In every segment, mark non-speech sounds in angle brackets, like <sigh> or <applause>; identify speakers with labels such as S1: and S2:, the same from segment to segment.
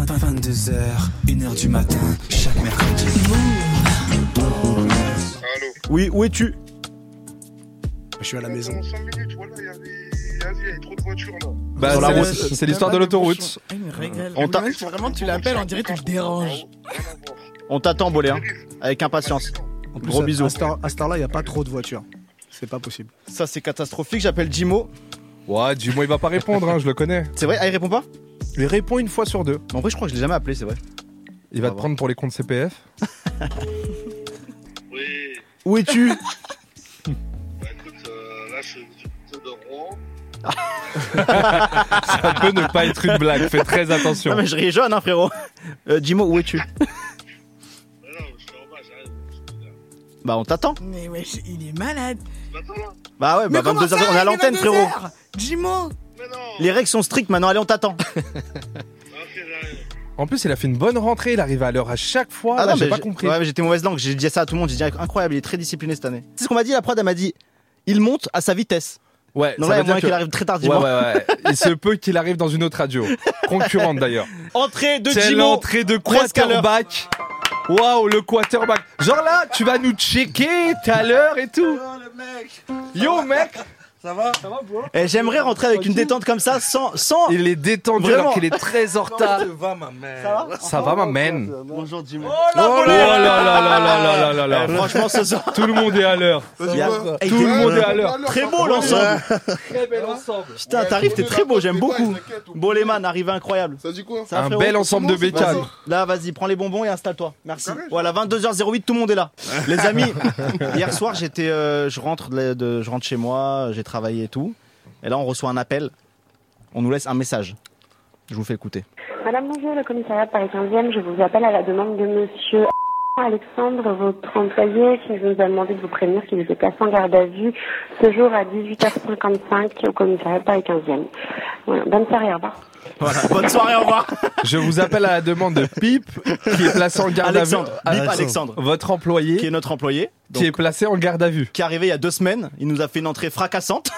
S1: 22h, 1h du matin, chaque mercredi.
S2: Allô
S3: Oui, où es-tu
S4: Je suis à la
S2: Attends,
S4: maison.
S2: cinq minutes, voilà, il y a des- vas-y, il y a trop de voitures
S5: <laughs>
S2: là.
S3: Bah,
S6: Sur la
S3: c'est-
S6: route.
S3: c'est l'histoire de l'autoroute.
S6: Ah, il me régale.
S3: On
S6: On
S3: t'a-
S6: t'a... Vraiment, tu l'appelles, on dirait que tu le déranges.
S3: On t'attend, Bolé, hein,
S2: Terrible.
S3: avec impatience.
S4: En
S3: Gros
S4: à-
S3: bisous.
S4: À cette heure- à cette heure-là, il n'y a pas trop de voitures. C'est pas possible.
S6: Ça, c'est catastrophique, j'appelle Jimo.
S3: Ouais, du moins, il va pas
S7: Répondre, hein, je le connais.
S6: C'est vrai, ah, il répond pas
S7: Il répond une fois sur deux.
S6: Mais En vrai, je crois que je l'ai jamais appelé, c'est vrai.
S7: Il va
S6: Ah
S7: te
S6: bon.
S7: prendre pour les comptes CPF.
S2: Oui,
S3: Où es-tu
S2: bah écoute, euh, là je suis du côté de Rouen.
S7: Ça peut ne pas être une blague, fais très
S6: Non,
S7: attention.
S6: mais je ris jeune, hein, frérot. Euh, Jimo, où es-tu
S2: Bah non, je suis en bas, j'arrive.
S6: Bah, on t'attend.
S8: Mais wesh, il est malade.
S2: Maintenant là
S6: Bah ouais, bah
S8: Mais comment
S6: 22h,
S8: ça,
S6: on est à
S8: il est
S6: l'antenne,
S8: 22
S6: frérot.
S8: heures Jimo
S2: Mais non
S6: Les règles sont strictes maintenant, allez, on t'attend. <laughs>
S2: Ok, j'arrive.
S7: En plus, il a fait une bonne rentrée, il arrive à l'heure à chaque fois. là,
S6: Ah non,
S7: j'ai
S6: mais
S7: pas
S6: j'ai-
S7: compris.
S6: Ouais, mais j'étais mauvaise langue, j'ai dit ça à tout le monde, j'ai dit incroyable, il est très discipliné cette année. C'est ce qu'on m'a dit, la prod, elle m'a dit. Il monte à sa vitesse.
S7: Ouais,
S6: Non,
S7: ça veut
S6: là, il y a
S7: dire
S6: moyen
S7: que-
S6: qu'il arrive très
S7: Ouais,
S6: tardivement.
S7: ouais, ouais. Il se <laughs> peut qu'il arrive dans une autre
S6: <laughs>
S7: radio. Concurrente d'ailleurs.
S6: Entrée de
S7: C'est
S6: Jimo.
S7: l'entrée de
S6: presque à l'heure.
S7: quarterback. Waouh, le quarterback. Genre là, tu vas nous checker, t'es à l'heure et tout. Yo, mec,
S6: Eh, J'aimerais rentrer avec une détente comme ça, sans. sans...
S7: il est détendu
S6: Vraiment.
S7: alors qu'il est
S6: <laughs>
S9: <laughs>
S7: très en retard.
S6: Ça va Euh,
S7: Ça va, ma man
S6: Bonjour, Jimo.
S7: Oh là là là là là là là là
S6: Eh, franchement, ce soir.
S7: Tout le monde est à l'heure.
S6: il y a- Eh,
S7: Tout
S6: t'es-
S7: le monde est à l'heure.
S6: Très beau l'ensemble. Putain, t'arrives, t'es très beau, j'aime beaucoup. Boleman, arrivé incroyable.
S9: Ça dit quoi
S6: Ça,
S7: Un
S6: frérot
S7: bel ensemble de bécanes.
S6: Là, vas-y, prends les bonbons et installe-toi. Merci. Voilà, 22h08, tout le monde est là. Les <laughs>
S10: <laughs>
S6: amis, hier soir, j'étais, euh, je rentre, de, de- je rentre chez moi, j'ai travaillé et tout. Et là, on reçoit un appel. On nous laisse un message. Je vous fais écouter.
S11: Madame, bonjour, le commissariat de Paris 15e, je vous appelle à la demande de monsieur Alexandre, votre employé, qui nous a demandé de vous prévenir qu'il était placé en garde à vue ce jour à 18h55 au commissariat de Paris 15e. Voilà, bonne soirée, au revoir.
S6: Voilà, bonne soirée, au revoir.
S7: Je vous appelle à la demande de Pipe, qui est placé en garde
S6: Alexandre,
S7: à vue. Ah,
S6: bip Alexandre,
S7: Votre
S6: qui est
S7: employé,
S6: notre employé, donc,
S7: qui est placé en garde à vue.
S6: qui est arrivé il y a deux semaines. Il nous a fait une entrée fracassante.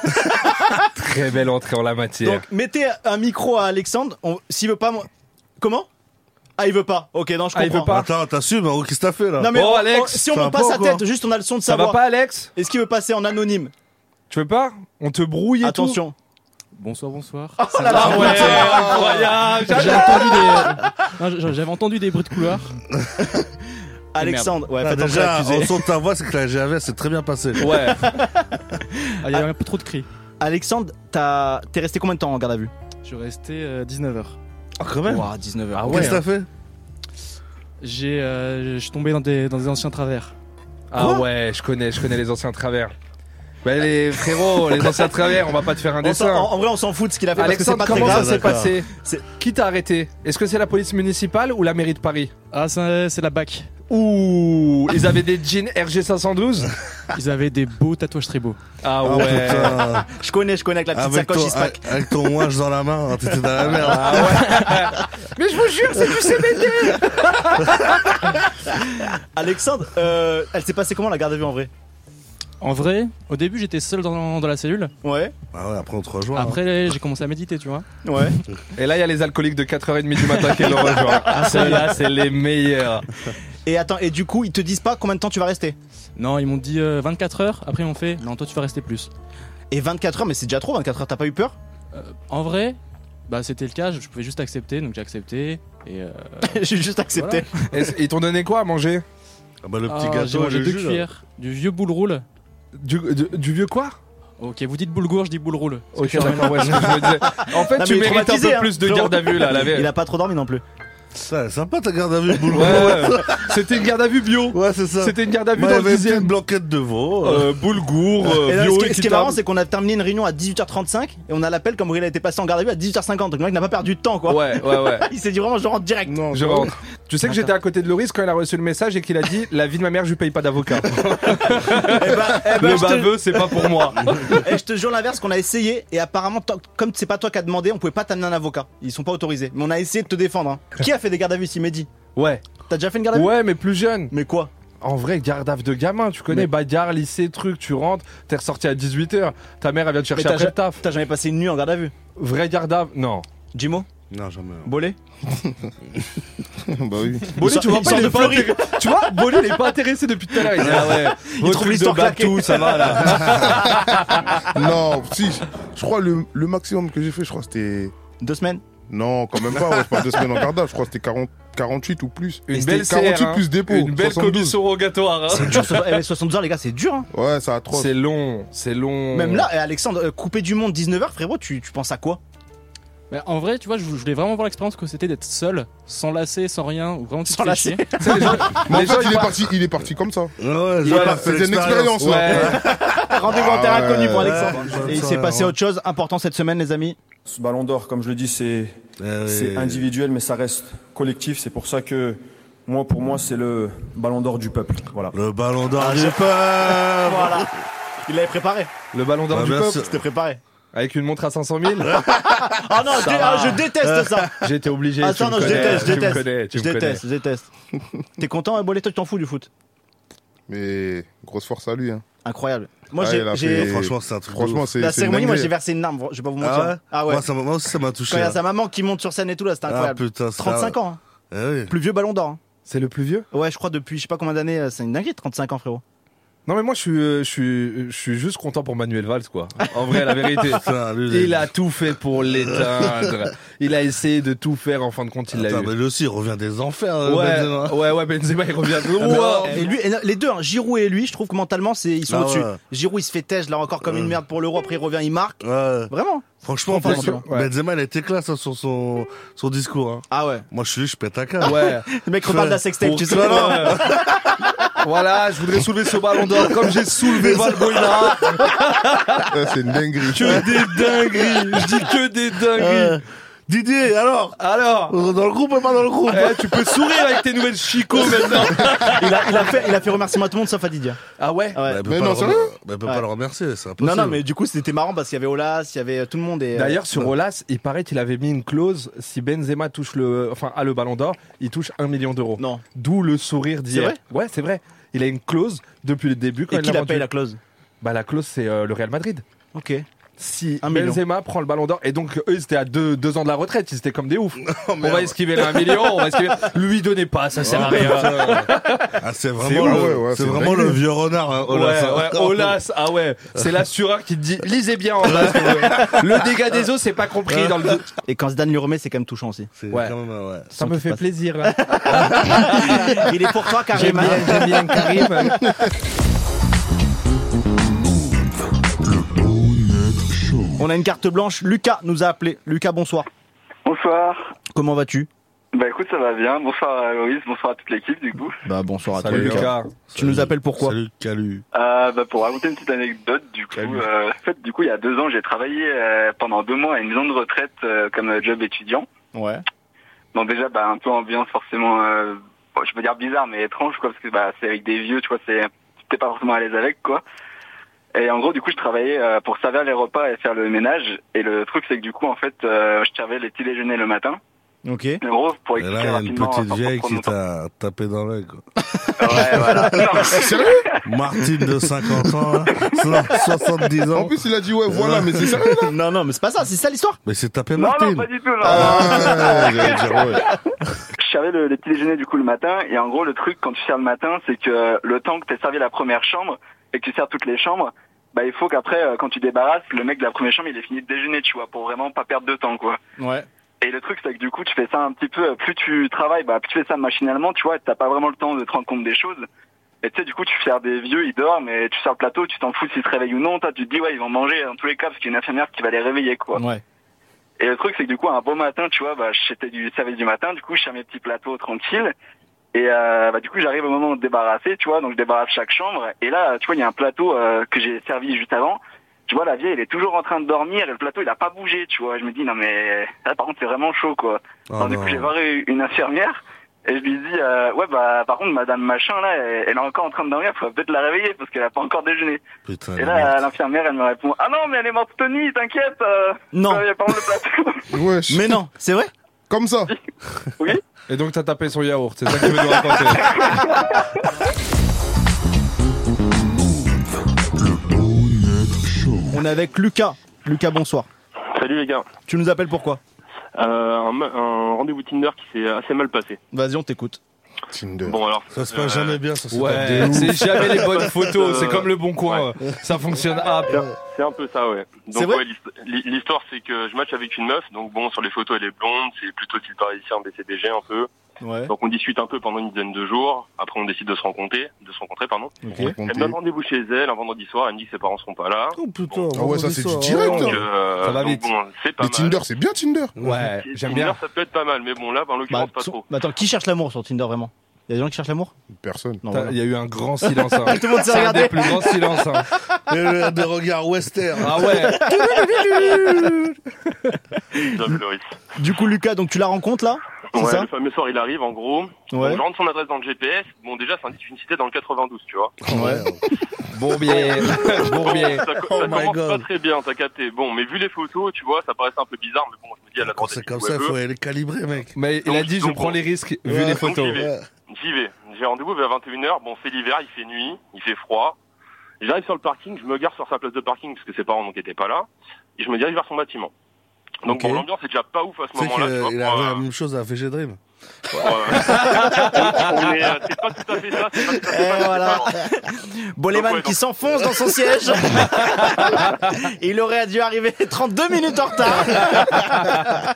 S6: <laughs>
S7: Très belle entrée en la matière.
S6: Donc mettez un micro à Alexandre. On- S'il veut pas, moi- comment Ah, il veut pas. Ok, non, je comprends.
S7: Ah, il veut pas.
S9: Attends, t'assumes, hein, qu'est-ce que t'as fait là
S6: Non mais
S7: Bon,
S6: on-
S7: Alex,
S6: on- si on
S9: ça
S6: monte
S9: va
S6: pas
S9: pas
S6: sa
S9: ou quoi
S6: tête, juste on a le son de
S7: Ça va
S6: savoir.
S7: pas, Alexe
S6: Est-ce qu'il veut passer en anonyme
S7: Tu veux pas On te brouille et
S6: Attention.
S12: Bonsoir, bonsoir.
S6: Oh là là,
S12: Ah
S7: tout Ouais, incroyable
S12: J'ai entendu des. Non, j- J'avais entendu des bruits de couloir.
S6: Alexandre, ouais,
S9: Ah,
S6: faites entrer
S9: Déjà,
S6: l'accusé.
S9: on sent ta voix, c'est que la GAV s'est très bien passée.
S12: <laughs>
S7: Ouais.
S12: Ah, Il y avait un peu trop de cris.
S6: Alexandre, t'as- t'es resté combien de temps en garde à vue
S12: Je suis resté euh, 19h.
S9: Ah, quand même
S6: Ouah, 19h.
S7: Ah
S9: Qu'est-ce
S7: ouais.
S9: que t'as fait
S12: hein. J'ai, euh, je suis tombé dans des, dans des anciens travers.
S7: Ah ouais, je connais, je connais les anciens travers. Bah les frérots, les anciens travers, on va pas te faire un
S6: On s'en-
S7: dessin.
S6: en, en vrai, on s'en fout de ce qu'il a fait
S7: Alexandre,
S6: parce que c'est
S7: comment
S6: pas très
S7: ça
S6: grave.
S7: s'est
S9: d'accord.
S7: passé
S6: C'est-
S7: Qui t'a arrêté Est-ce que c'est la police municipale ou la mairie de Paris
S12: Ah, ça, c'est la BAC.
S7: Ouh, ils avaient des jeans RG 512
S12: Ils avaient des beaux tatouages très beaux.
S7: Ah
S9: Ah,
S12: <laughs>
S7: ouais.
S9: putain.
S6: Je connais, je connais avec la petite
S9: Avec
S6: sacoche,
S9: ton,
S6: il se
S5: ah,
S6: pack.
S9: avec ton ouage dans la main, hein, t'étais dans
S7: Ah,
S9: la merde.
S6: Ah,
S7: <laughs> Mais je vous jure, c'est du CBD
S6: <laughs> Alexandre, euh, elle s'est passée comment la garde à vue en vrai
S12: En vrai, au début, j'étais seul dans, dans la cellule.
S6: Ouais,
S9: Ah ouais, après on te rejoint. hein.
S12: Après, j'ai commencé à méditer, tu vois.
S6: ouais.
S7: Et là, il y a les alcooliques de 4h30 du matin qui le rejoignent. Ah, Ceux-là, c'est
S9: <laughs>
S7: les meilleurs.
S6: Et attends, et du coup, ils te disent pas combien de temps tu vas rester
S12: Non, ils m'ont dit euh, 24 heures. Après, ils m'ont fait non, toi, tu vas rester plus. Euh,
S6: Et 24 heures, mais c'est déjà trop, 24 heures, t'as pas eu peur
S12: En vrai, bah, c'était le cas. Je je pouvais juste accepter, donc j'ai accepté. Et euh,
S6: <laughs> J'ai juste accepté.
S7: Et c- Ils t'ont donné quoi à manger
S9: Ah bah, le petit
S12: ah, j'ai
S9: gâteau, et
S12: mangé
S9: le
S12: deux
S9: jus. là.
S12: cuillères, du vieux boule roule.
S7: du, du- du vieux quoi
S12: Ok, vous dites boulgour, je dis boule roule. Parce que
S7: Ok,
S12: je suis
S7: d'accord, ouais, je me disais. En fait,
S6: Non,
S7: tu
S6: mais il est
S7: mérites un
S6: traumatisé,
S7: peu
S6: hein.
S7: plus de garde à vue là, la
S6: Il
S7: vérité.
S6: a pas trop dormi non plus.
S9: Ça, sympa ta garde à vue, boule.
S7: Ouais,
S9: <laughs>
S7: c'était une garde à vue bio.
S9: Ouais, c'est ça.
S7: C'était une garde à vue
S9: Moi, il y
S7: dans le
S9: avait été une
S7: dixième.
S9: blanquette de veau. euh,
S7: Euh, boulgour, euh,
S6: Et là,
S7: bio,
S6: ce, qui, ce qui est
S7: équitable.
S6: marrant, c'est qu'on a terminé une réunion à 18h35 et on a l'appel comme il a été passé en garde à vue à 18h50. Donc le mec n'a pas perdu de temps, quoi.
S7: Ouais, ouais, ouais.
S6: <laughs> Il s'est dit vraiment, je rentre direct.
S9: Non,
S7: Je rentre. Tu sais que j'étais à côté de Loris quand il a reçu le message et qu'il a dit La vie de ma mère, je lui paye pas <laughs> d'avocat. Eh ben, le baveux, c'est pas pour <laughs> moi.
S6: <laughs> Et je te jure l'inverse qu'on a essayé et apparemment tant- comme c'est pas toi qui as demandé, on pouvait pas t'amener un avocat. Ils sont pas autorisés. Mais on a essayé de te
S7: <laughs>
S6: défendre. hein. Qui a fait des gardes à vue si Mehdi
S7: Ouais.
S6: T'as déjà fait une garde à vue
S7: Ouais, mais plus jeune.
S6: Mais quoi
S7: En vrai, garde à vue de gamin, tu connais,
S6: Mais-
S7: bagarre, lycée, truc, tu rentres, t'es ressorti à 18h, ta mère, elle vient te chercher
S6: Mais t'as
S7: après
S6: ja-
S7: le taf.
S6: T'as jamais passé une nuit en garde à vue
S7: Vrai garde à vue. Non.
S6: Jimo
S9: Non, jamais.
S7: <laughs>
S6: Bolé
S9: bah oui.
S6: Bolé, tu vois pas, il est pas
S7: intéressé. Tu vois, Bolé, il est pas intéressé depuis tout à l'heure. Il dit, ah <laughs> ouais,
S6: Il
S7: vos
S6: trouve
S7: trucs
S6: l'histoire
S7: de Batou,
S6: claquée.
S7: ça va là.
S5: <laughs> non, si, je- je crois le, le maximum que j'ai fait, je crois que c'était.
S6: Deux semaines
S5: Non, quand même pas, ouais, je pas deux semaines en garde à vue, je crois que c'était 40 48 ou plus.
S7: Une
S5: Et
S7: belle
S5: c'était 48
S7: CR, hein.
S5: plus dépôt.
S7: Une belle
S5: 72.
S7: commission rogatoire.
S6: C'est dur, so- eh, mais 72 heures, les gars, c'est dur. hein.
S5: Ouais, c'est atroce.
S7: C'est long, c'est long.
S6: Même là, eh, Alexandre, euh, coupé du monde 19h, frérot, tu, tu penses à quoi
S12: Mais Bah, en vrai, tu vois, je je voulais vraiment voir l'expérience que c'était d'être seul, sans lacet, sans rien, ou vraiment tu te
S6: Sans
S12: fais
S6: lacet.
S12: chier.
S5: Ah,
S13: <laughs>
S5: Mais en
S12: Les
S5: fait,
S12: gens,
S5: il,
S12: ils
S5: est
S12: partent.
S5: parti, il est parti comme ça.
S9: Ouais,
S5: Il est parti- c'était une expérience. là.
S6: Rendez-vous en terrain
S5: Ah ouais.
S6: inconnu pour
S5: Ouais,
S6: Alexandre.
S5: bonne
S6: Et il s'est
S5: soirée,
S6: passé
S5: ouais.
S6: autre chose important cette semaine, les amis.
S14: Ce ballon d'or, comme je le dis, c'est c'est individuel, mais ça reste collectif. C'est pour ça que moi, pour moi, c'est le ballon d'or du peuple. Voilà.
S9: Le ballon d'or
S14: Ah,
S9: du
S14: j'ai-
S9: peuple
S6: Voilà. Euh, <laughs> Il l'avait préparé. Ah,
S7: Le ballon d'or
S9: Bah,
S7: du
S9: bien
S7: peuple.
S9: sûr.
S6: C'était préparé.
S7: Avec une montre à 500 000
S6: <laughs> Ah non, dé- ah, je
S7: <laughs>
S6: déteste ça.
S7: J'ai été obligé.
S6: Ah
S7: tu
S6: ça,
S7: me
S6: non, je
S7: connais,
S6: déteste,
S7: tu
S6: je
S7: me
S6: déteste.
S7: connais, tu
S6: Je
S7: me connais.
S6: déteste, je déteste. T'es content, hein, Bolé, toi, tu t'en fous du foot
S5: Mais grosse force à lui. Hein.
S6: Incroyable. Moi,
S5: Ah,
S6: j'ai-
S5: il a
S6: j'ai.
S5: fait-
S9: Franchement, c'est un truc de
S5: Franchement,
S9: ouf.
S5: c'est.
S6: La
S5: c'est une
S6: cérémonie, moi,
S5: dinguerie.
S6: j'ai versé une larme, je vais pas vous
S9: Ah
S6: mentir.
S9: ouais, Moi, ça m'a- moi aussi, ça m'a touché.
S6: Quand il y a
S9: hein.
S6: sa maman qui monte sur scène et tout, là, c'était
S9: Ah,
S6: incroyable.
S9: putain, ça-
S6: 35 ans. hein.
S9: Eh oui.
S6: Plus vieux ballon d'or. hein.
S7: C'est le plus vieux
S6: Ouais, je crois depuis je sais pas combien d'années, euh, c'est une dinguerie, 35 ans, frérot.
S7: Non mais moi je suis, euh, je suis, je suis juste content pour Manuel Valls quoi. En vrai la vérité,
S9: <laughs> Putain, lui, il est-
S7: il a tout fait pour l'éteindre. Il a essayé de tout faire en fin de compte il l'a
S9: Attends,
S7: eu.
S9: mais lui aussi, il revient des enfers. euh, Benzema.
S7: Ouais, ouais ouais Benzema il
S9: <laughs>
S7: revient.
S6: Ah, mais,
S7: Wow.
S6: et lui, et non, les deux, hein, Giroud et lui, je trouve que mentalement, c'est, ils sont
S9: Ah
S6: au-dessus.
S9: ouais.
S6: Giroud, il se fait tège là encore comme
S9: Ouais.
S6: une merde pour l'euro. Après, il revient, il marque.
S9: Ouais.
S6: Vraiment <laughs>
S9: Franchement,
S6: Trop
S9: Benzema,
S6: fort,
S7: ouais.
S9: Benzema, il a été classe hein, sur son, son discours. hein.
S6: Ah ouais.
S9: Moi, je suis, je pète un câble. <laughs>
S7: Ouais.
S6: Le mec reparle de la sextape,
S7: Pour
S6: tu sais.
S7: toi, là. <laughs> Voilà, je voudrais soulever ce ballon d'or comme j'ai
S5: <laughs>
S9: <laughs>
S7: soulevé Valbuena.
S5: Ouais, c'est une dinguerie.
S7: Que des dingueries. Je dis que des dingueries.
S9: Euh, Didier, alors
S7: Alors,
S9: Dans le groupe ou pas dans le groupe Oh,
S7: eh, tu peux sourire avec tes
S9: <laughs>
S7: nouvelles chicots maintenant.
S6: Il a, il a fait, il a fait remerciement à tout le monde sauf à Didier.
S7: Ah ouais.
S6: Ouais.
S9: Bah, il peut
S5: Mais
S9: pas
S5: non,
S9: le
S5: sérieux
S9: remer- bah, il peut
S6: Ouais.
S9: pas le remercier, c'est
S6: Non,
S9: impossible.
S6: non, mais du coup, c'était marrant parce qu'il y avait Olas, il y avait euh, tout le monde. Et, euh,
S7: D'ailleurs, sur Olas, il paraît qu'il avait mis une clause si Benzema touche le, enfin, a le Ballon d'Or, il touche un million d'euros.
S6: Non.
S7: D'où le sourire d'hier.
S6: C'est
S7: Ouais, c'est vrai. Il a une clause depuis le début quand
S6: Et
S7: il
S6: qui
S7: l'a
S6: la
S7: vendu.
S6: paye la clause
S7: Bah la clause, c'est euh, le Real Madrid.
S6: Ok.
S7: Si
S6: Un million.
S7: Benzema prend le Ballon d'Or, et donc eux, ils étaient à deux, deux ans de la retraite, ils étaient comme des oufs. on va esquiver un million, on va esquiver. Lui donnez pas, ça sert à rien.
S9: Oh, Ah, c'est
S5: <laughs> C'est
S9: vraiment,
S5: ouf,
S9: le,
S5: ouais, ouais,
S9: c'est
S5: c'est
S9: vraiment
S5: dingue.
S9: le vieux renard. Hein,
S7: Ouais,
S9: Olas, hein.
S5: <laughs>
S7: ouais, Olas, ah ouais, c'est l'assureur qui te dit lisez bien en bas. parce que, ouais, le dégât des eaux, c'est pas compris dans le.
S6: Et quand Zidane lui remet, c'est quand même touchant aussi.
S9: C'est
S7: Ouais.
S9: quand même, euh, ouais.
S7: Ça me fait plaisir.
S6: <laughs> Il est pour toi,
S7: J'aime
S6: Karim. hein.
S7: bien, j'aime bien Karim.
S6: On a une carte blanche. Lucas nous a appelé. Lucas, bonsoir.
S10: Bonsoir.
S6: Comment vas-tu
S10: Bah écoute, ça va bien. Bonsoir à Loïs, bonsoir à toute l'équipe du coup.
S6: Bah, bonsoir à toi,
S7: Salut
S6: Lucas.
S7: Lucas.
S6: Tu nous appelles pourquoi
S9: Salut, Calu.
S10: Euh, bah, pour raconter une petite anecdote du coup,
S9: Salut.
S10: euh, en fait du coup il y a deux ans j'ai travaillé euh, pendant deux mois à une maison de retraite euh, comme job étudiant.
S6: Ouais.
S10: Bon déjà bah un peu ambiance forcément, euh, bon, je peux dire bizarre mais étrange quoi parce que bah c'est avec des vieux tu vois c'est t'es pas forcément à l'aise avec quoi. Et en gros du coup je travaillais euh, pour servir les repas et faire le ménage et le truc c'est que du coup en fait euh, je servais les petits déjeuners le matin.
S6: Ok.
S10: En gros pour
S9: Et là, il
S10: expliquer
S9: y a une
S10: rapidement.
S9: petite
S10: sans
S9: vieille
S10: prendre
S9: qui
S10: longtemps.
S9: t'a tapé dans l'œil. quoi. <laughs>
S10: Ouais voilà. Non.
S9: Martine de 50 ans, hein. là, so- 70
S5: En
S9: ans.
S5: plus, il a dit ouais, voilà, mais c'est sérieux
S7: <laughs>
S5: là.
S6: Non, non, mais c'est pas ça, c'est ça l'histoire.
S9: Mais c'est tapé
S10: Non, non,
S9: Martine.
S10: pas du tout, non.
S5: Ah, ouais, j'allais dire, ouais.
S10: Je servais le, le petit déjeuner du coup le matin, et en gros, le truc quand tu sers le matin, c'est que euh, le temps que tu servi la première chambre, et que tu sers toutes les chambres, bah il faut qu'après, euh, quand tu débarrasses, le mec de la première chambre, il ait fini de déjeuner, tu vois, pour vraiment pas perdre de temps, quoi.
S6: Ouais.
S10: Et le truc, c'est que du coup, tu fais ça un petit peu, euh, plus tu travailles, bah plus tu fais ça machinalement, tu vois, t'as pas vraiment le temps de te rendre compte des choses. Et tu sais, du coup, tu sers des vieux, ils dorment, et tu sers le plateau, tu t'en fous s'ils se réveillent ou non, toi, tu te dis, ouais, ils vont manger, dans tous les cas, parce qu'il y a une infirmière qui va les réveiller, quoi.
S6: Ouais.
S10: Et le truc, c'est que du coup, un beau matin, tu vois, bah, j'étais du service du matin, du coup, je fais mes petits plateaux tranquilles. Et euh, bah, du coup, j'arrive au moment de débarrasser, tu vois, donc je débarrasse chaque chambre. Et là, tu vois, il y a un plateau euh, que j'ai servi juste avant. Tu vois, la vieille, elle est toujours en train de dormir et le plateau, il a pas bougé, tu vois. Je me dis, non, mais là, par contre, c'est vraiment chaud, quoi.
S9: Oh
S10: Alors, du
S9: non.
S10: coup, j'ai voir une infirmière et je lui dis, euh, ouais, bah, par contre, madame machin, là, elle, elle est encore en train de dormir, faut peut-être la réveiller parce qu'elle a pas encore déjeuné.
S9: Putain,
S10: Et
S9: elle est
S10: là,
S9: morte.
S10: l'infirmière, elle me répond, ah non, mais elle est morte toute nuit, t'inquiète, euh,
S6: Non.
S10: euh, y a pas le plateau.
S5: Wesh.
S6: Mais non, c'est vrai
S5: Comme ça.
S7: Et donc t'as tapé son yaourt, c'est ça que tu veux nous raconter.
S6: On est avec Lucas. Lucas, bonsoir.
S15: Salut les gars.
S6: Tu nous appelles pourquoi
S15: euh, un, ma- un rendez-vous Tinder qui s'est assez mal passé.
S6: Vas-y, on t'écoute.
S5: Tinder.
S15: Bon alors.
S5: Ça se
S15: euh,
S5: passe jamais bien sur cette app de
S7: Ouais,
S5: ouf.
S7: c'est jamais les
S5: <laughs>
S7: bonnes photos,
S15: Euh,
S7: c'est comme le bon coin, euh, ça fonctionne à
S15: C'est un peu ça, ouais.
S7: C'est
S15: Donc
S7: vrai
S15: ouais, l'hist- l'hi- l'histoire c'est que je match avec une meuf, donc bon sur les photos elle est blonde, c'est plutôt type parisien BCBG un peu.
S6: Ouais.
S15: Donc on discute un peu pendant une dizaine de jours. Après on décide de se rencontrer, de se rencontrer pardon.
S5: Ok.
S15: Elle me donne rendez-vous chez elle un vendredi soir. Elle me dit que ses parents seront pas là.
S5: Oh putain.
S15: Bon.
S5: Ah ouais, ça c'est du direct.
S15: Donc,
S5: hein.
S15: euh, donc, bon, c'est pas
S5: Mais
S15: mal.
S5: Tinder, c'est bien Tinder.
S6: Ouais,
S15: Tinder, Ça peut être pas mal, mais bon là en l'occurrence pas
S6: Sur-
S15: trop.
S6: bah attends, qui cherche l'amour sur Tinder vraiment Il y a des gens qui cherchent l'amour
S5: Personne.
S6: Il
S7: Putain, il y a eu un grand silence, hein.
S6: <laughs> Tout le monde s'est
S7: C'est un
S6: regardé.
S7: des plus grands silences, hein.
S9: Et des regards western.
S7: Ah
S15: <laughs>
S7: ouais.
S15: J'avoue, Loris.
S6: Du coup, Lucas, donc tu la rencontres là C'est
S15: Ouais,
S6: ça
S15: le fameux soir, il arrive en gros.
S6: Ouais.
S15: Donc, je rentre son adresse dans le GPS. Bon, déjà, ça indique une cité dans le 92, tu vois.
S6: Ouais.
S7: bon bien, bon bien.
S15: <laughs> Ça, co- ça commence pas très bien, t'as capté. Bon, mais vu les photos, tu vois, ça paraissait un peu bizarre, mais bon, je me dis à la
S9: C'est comme ça, il faut aller calibrer, mec.
S7: Mais il a dit, je prends les risques, vu les photos.
S15: J'y vais. J'y vais. J'ai rendez-vous vers 21h. Bon, c'est l'hiver, il fait nuit, il fait froid. J'arrive sur le parking, je me gare sur sa place de parking parce que ses parents donc étaient pas là, et je me dirige vers son bâtiment. Donc
S9: Ok.
S15: bon, l'ambiance est déjà pas ouf à ce
S9: Tu sais qu'il
S15: moment-là. tu vois,
S9: il
S15: pour,
S9: avait
S15: euh,
S9: la même chose à Fégé Dream.
S7: <laughs>
S15: on est, euh, c'est pas tout à fait ça, c'est pas tout à fait ça. mais
S6: Eh,
S15: <laughs>
S6: voilà.
S15: c'est pas grave.
S5: Ah,
S6: Boleman
S15: Donc, ouais,
S6: qui
S15: donc-
S6: s'enfonce dans son
S15: <laughs>
S6: siège. Il aurait dû arriver 32 minutes en
S15: <laughs>
S6: retard.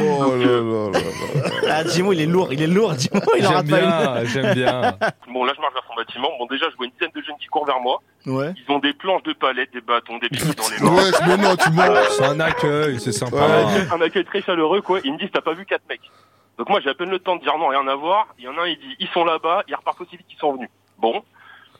S5: Oh là là là. <laughs>
S6: ah, Jimo, il est lourd, il est lourd, Jimo, <laughs> il en rate pas une.
S15: <laughs> Bon, là, je marche vers son bâtiment. Bon, déjà, je vois une dizaine de jeunes qui courent vers moi.
S6: Ouais.
S15: Ils ont des planches de palettes, des bâtons, des piques dans les mains.
S7: Ouais,
S15: <laughs>
S7: mais non, tu C'est un accueil, c'est sympa.
S15: Un accueil- un accueil très chaleureux, quoi. Ils me disent, t'as pas vu quatre mecs. Donc moi, j'ai à peine le temps de dire non, rien à voir. Il y en a un, il dit, ils sont là-bas, ils repartent aussi vite qu'ils sont venus. Bon.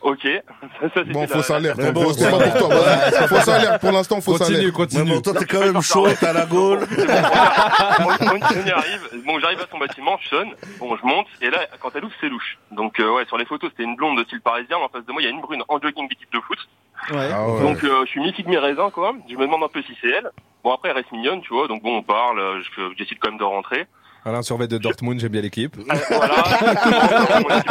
S15: Ok. <laughs> Ça, ça,
S5: Bon,
S15: c'était
S5: fausse
S15: la-
S5: alerte.
S15: la-
S5: hein, C'est pas pour toi.
S15: <laughs>
S5: voilà. Fausse alerte. Pour l'instant, fausse alerte.
S9: Mais bon, toi, t'es quand même chaud, t'as la gaule.
S15: On y arrive. Bon, j'arrive à son bâtiment, je sonne. Bon, je monte. Et là, quand elle ouvre, c'est louche. Donc, euh, ouais, sur les photos, c'était une blonde de style parisien. mais En face de moi, il y a une brune en jogging d'équipe de foot. Donc, euh, je suis mythique mes raisins, quoi. Je me demande un peu si c'est elle. Bon, après, elle reste mignonne, tu vois. Donc, bon, on parle. euh, je- J'essaie quand même
S6: <laughs>
S15: de rentrer.
S7: Alain surveille de Dortmund, j'aime bien l'équipe.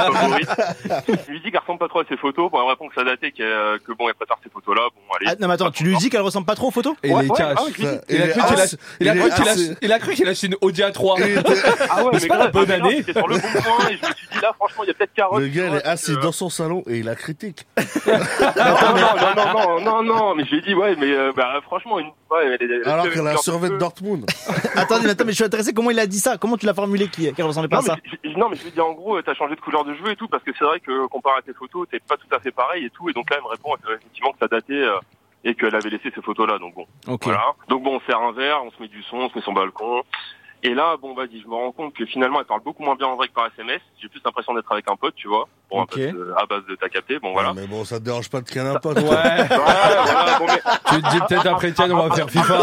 S15: Je lui dis qu'elle ressemble pas trop à ses photos. Bon, elle me répond que ça datait, que, euh, que bon, elle prépare ces photos-là. Bon, allez.
S6: Ah, non, mais attends, tu lui dis qu'elle ressemble pas trop aux photos ah,
S7: Et il les cache. il, a cru qu'il a, il a cru qu'il a- il a cru qu'il a acheté une Audi A3.
S15: Ah ouais,
S7: Mais
S15: mais
S7: c'est pas la
S15: grave,
S7: bonne
S15: mais grave,
S7: année.
S15: J'étais sur le bon point et je me suis dit là, franchement, il y a peut-être carotte.
S9: Le gars, il est assis dans son salon et il a critique.
S15: non, non, non, non, non, non, mais je lui ai dit, ouais, mais euh, bah, franchement, une. Ouais, mais les- les-
S9: Alors
S15: les-
S9: qu'elle a
S15: les-
S9: survêt de Dortmund.
S6: Attendez, mais <laughs> attends, mais je suis intéressé, comment il a dit ça Comment tu l'as formulé qui- qu'elle ressemblait pas
S15: Non
S6: à
S15: mais,
S6: ça
S15: je- je- non, mais je lui dis en gros, euh, t'as changé de couleur de cheveux et tout, parce que c'est vrai que euh, comparé à tes photos, t'es pas tout à fait pareil et tout. Et donc là, elle me répond euh, effectivement que ça datait euh, et qu'elle avait laissé ces photos-là. Donc bon,
S6: Ok.
S15: voilà. Donc bon, on sert un verre, on se met du son, on se met sur le balcon. Et là, bon, vas-y, je me rends compte que finalement, elle parle beaucoup moins bien en vrai que par SMS. J'ai plus l'impression d'être avec un pote, tu vois. Bon, à
S9: Ok.
S15: base de- à base de t'as capté, bon
S5: <laughs>
S15: voilà.
S9: Mais bon, ça te dérange pas de caler un pote.
S15: Ah. Ouais, voilà, bon, mais-
S7: Tu te dis peut-être après, tiens, on va faire FIFA.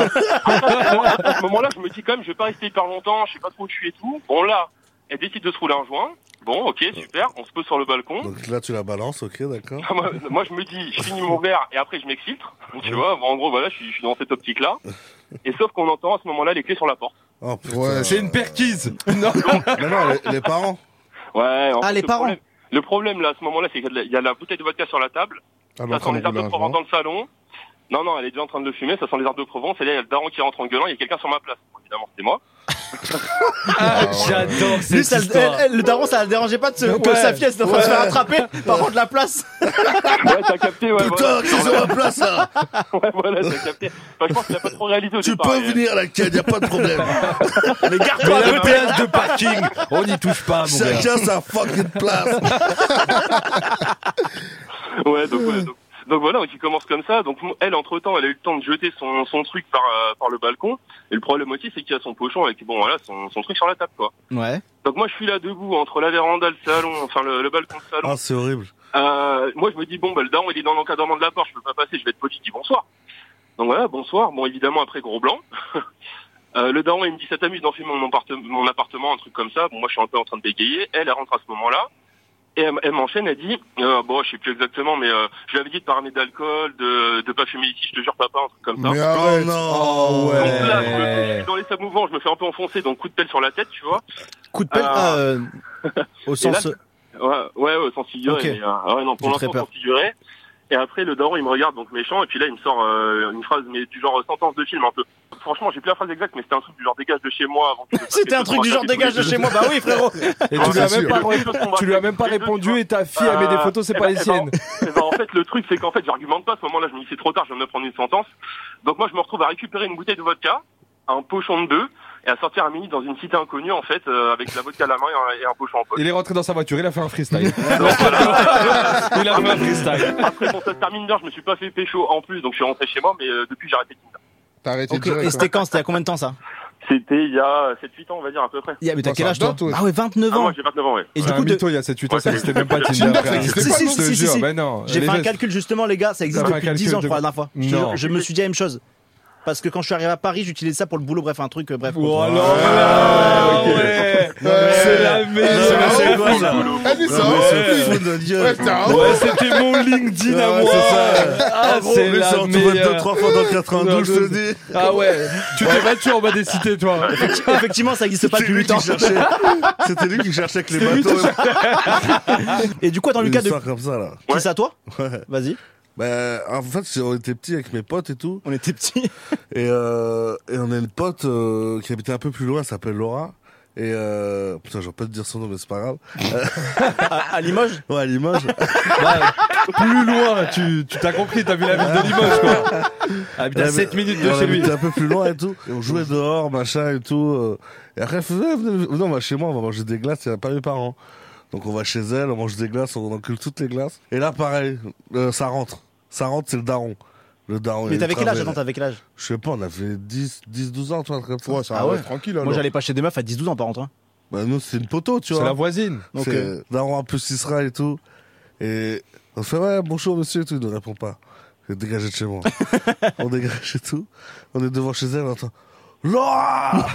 S15: à ce moment-là, je me dis quand même, je vais pas rester hyper longtemps, je sais pas trop où je suis et tout. Bon, là, elle décide de se rouler un joint. Bon, ok, super, on se pose sur le balcon. <laughs>
S9: Ah, Donc là, tu la balances, ok, d'accord.
S15: Ah, moi, moi, je me dis, je finis mon verre et après, je m'exfiltre. <laughs> Tu vois, en gros, voilà, je suis, je suis dans cette optique-là. Et sauf qu'on entend à ce moment-là les clés sur la porte.
S9: Oh, putain.
S7: C'est une perquise.
S9: Non, non, les, les parents.
S15: Ouais, en
S9: Ah,
S15: fait,
S9: les
S15: le
S9: parents.
S15: Problème, le problème, là, à ce moment-là, c'est qu'il y a de la- il y a la bouteille de vodka sur la table.
S5: Ah, mais
S15: ça
S5: encore
S15: sent les
S5: beaucoup
S15: arbres de
S7: hein,
S5: d'argent.
S15: Provence dans le salon. Non, non, elle est déjà en train de le fumer, ça sent les arbres de Provence. Et là, il y a le daron qui rentre en gueulant, il y a quelqu'un sur ma place. Bon, évidemment, c'était moi.
S6: Ah,
S7: Oh, J'adore
S6: Lui, ça, le- elle- elle, le daron, ça la dérangeait pas de se, que
S15: Ouais.
S6: sa fille elle s'est en train de se
S15: Ouais.
S6: faire attraper par contre la place.
S15: Ouais, t'as capté, ouais.
S9: Putain, qu'ils ont la place, là
S15: <laughs> Ouais, voilà, t'as capté. Enfin, je pense qu'il a pas trop réalisé au
S9: Tu
S15: départ.
S9: peux
S15: mais- euh,
S9: venir, la canne, y a pas de problème. Mais
S15: garde-toi à
S9: la
S15: côté.
S9: place de parking.
S7: Oh, On n'y touche
S9: Ah,
S7: pas, mon gars.
S9: Chacun sa fucking place.
S15: <laughs> Ouais, donc, ouais, donc, donc voilà, donc il commence comme ça. Donc mon- elle, entre temps, elle a eu le temps de jeter son, son truc par, euh, par le balcon. Et le problème aussi, c'est qu'il y a son pochon avec bon, voilà, son, son truc sur la table, quoi.
S6: Ouais.
S15: Donc moi, je suis là debout entre la véranda, le salon, enfin le, le balcon, le salon.
S9: Ah, c'est horrible.
S15: Euh, moi, je me dis bon, bah, le daron, il est dans l'encadrement de la porte, je peux pas passer, je vais être poli, je dis bonsoir. Donc voilà, bonsoir. Bon, évidemment, après gros blanc. <laughs> Euh, le daron, il me dit ça t'amuse d'enfumer mon, apparte- mon appartement, un truc comme ça. Bon, moi, je suis un peu en train de bégayer. Elle, elle rentre à ce moment-là. Et elle, m- elle m'enchaîne, elle dit, euh, bon, je sais plus exactement, mais euh, je lui avais dit de pas ramener d'alcool, de, de pas fumer ici, je te jure papa, un truc comme ça.
S5: Mais arrête.
S7: Ah,
S9: Oh,
S15: Donc là, je me- je suis dans les sables mouvants, je me fais un peu enfoncer, donc coup de pelle sur la tête, tu vois.
S6: Coup de pelle euh, au
S15: Ah. Et là,
S6: sens.
S15: ouais, ouais, ouais, sans figurer.
S6: Ok.
S15: mais, euh, ouais, non, pour
S6: J'ai très
S15: l'instant,
S6: peur.
S15: sans figurer. Et après, le daron, il me regarde, donc méchant, et puis là, il me sort euh, une phrase, mais du genre euh, sentence de film, un peu. franchement, j'ai plus la phrase exacte, mais c'était un truc du genre dégage de chez moi
S6: <laughs>
S15: avant que je
S6: C'était un truc du genre dégage de
S15: <laughs>
S6: chez moi. Bah oui, frérot.
S7: Et tu lui as même pas, tu Ah, lui as même pas répondu et ta fille a mis des photos, c'est
S15: Eh
S7: pas
S15: ben-
S7: les
S15: eh ben,
S7: siennes.
S15: eh ben, en fait, le truc, c'est qu'en fait, j'argumente pas. À ce moment-là, je me dis, c'est trop tard, je viens de me prendre une sentence. Donc, moi, je me retrouve à récupérer une bouteille de vodka, un pochon de deux, et à sortir un mini dans une cité inconnue, en fait, euh, avec de la vodka à la main et un, et un pochon en poche.
S7: Il est rentré dans sa voiture, il a fait un <laughs> freestyle.
S15: Il a Après, bon, ça se termine bien, je me suis pas fait pécho en plus, donc je suis rentré chez moi, mais euh, depuis, j'ai arrêté de
S5: T'as arrêté
S6: Ok, Et c'était quand C'était à combien de temps ça
S15: C'était il y a 7-8 ans, on va dire, à peu près.
S6: Yeah, mais t'as quel âge toi Ah ouais, 29
S15: Ah,
S6: ans.
S15: moi, j'ai 29 ans, ouais.
S6: Et du coup, de-
S7: Mito, il y a 7-8 ans, ça n'existait même <laughs> pas Tinder.
S6: Tinder, ça
S7: frère.
S6: existait
S7: Si,
S6: pas,
S7: si,
S6: non
S7: si,
S6: Si,
S7: si,
S6: si, si.
S7: Mais non.
S6: J'ai
S7: les
S6: fait un
S7: gestes.
S6: calcul justement, les gars, ça existe
S7: T'as fait un
S6: depuis
S7: calcul
S6: 10 ans,
S7: de-
S6: je crois, la dernière fois. Je te
S7: Non.
S6: jure, Je me suis dit la même chose. Parce que quand je suis arrivé à Paris, j'utilisais ça pour le boulot, bref, un truc, euh, bref.
S7: Oh là
S6: C'est la meilleure.
S5: c'est quoi,
S6: ça
S5: Ouais, t'es un
S7: Ouais,
S5: ouf.
S7: c'était mon LinkedIn à
S5: Ouais,
S7: moi.
S5: c'est ça.
S7: Ah,
S5: En gros,
S7: c'est
S5: mais
S7: la
S5: c'est retrouvé deux,
S7: meilleure.
S5: trois fois dans 92, je te dis.
S7: Ah ouais, tu t'es battu en bas des cités, toi.
S6: Effectivement, ça n'existe pas depuis 8 ans.
S7: <laughs>
S5: C'était lui qui cherchait avec les
S6: C'est lui
S5: bateaux.
S6: qui <laughs> Et du coup, attends,
S5: Une
S6: Lucas, de-
S5: histoire comme ça, là.
S6: C'est à toi Vas-y.
S5: Bah, en fait, c'est- on était petits avec mes potes et tout.
S6: On était petits.
S5: Et, euh, et on a une pote euh, qui habitait un peu plus loin, elle s'appelle Laura. Et euh, putain, j'aurais pas te dire son nom, mais c'est pas grave.
S6: <laughs> à, Limoges
S5: Ouais, à Limoges. <laughs>
S7: Plus loin, tu tu t'as compris, t'as vu la ville de Limoges, quoi.
S6: Ah,
S7: Habite à
S5: Ouais,
S7: 7
S5: mais-
S7: Ah, minutes de
S5: on
S7: chez lui.
S5: habitait un peu plus loin et tout. Et on jouait dehors, machin et tout. euh. Et après, elle faisait, venez, venez, on va chez moi, on va manger des glaces, il n'y a pas mes parents. Donc on va chez elle, on mange des glaces, on encule toutes les glaces. Et là, pareil, euh, ça rentre. Ça rentre, c'est le daron. Le daron.
S6: Mais
S5: il
S6: t'avais quel âge
S5: travaille-
S6: Attends, t'avais quel âge
S5: Je sais pas, on avait 10, 10 12 ans, toi, comme ça. Ouais,
S6: Ah ouais Moi, j'allais pas chez des meufs à 10-12 ans, par contre. hein.
S5: Bah, nous, c'est une poteau, tu
S6: C'est
S5: vois.
S6: la voisine.
S5: C'est
S6: Ok.
S5: daron un peu Cicera et tout. Et on fait, ouais, bonjour, monsieur, et tout. Il ne répond pas. Et dégagez de
S7: <laughs>
S5: chez moi. on dégage et tout. On est devant chez elle, on entend,
S7: <laughs>
S5: Laura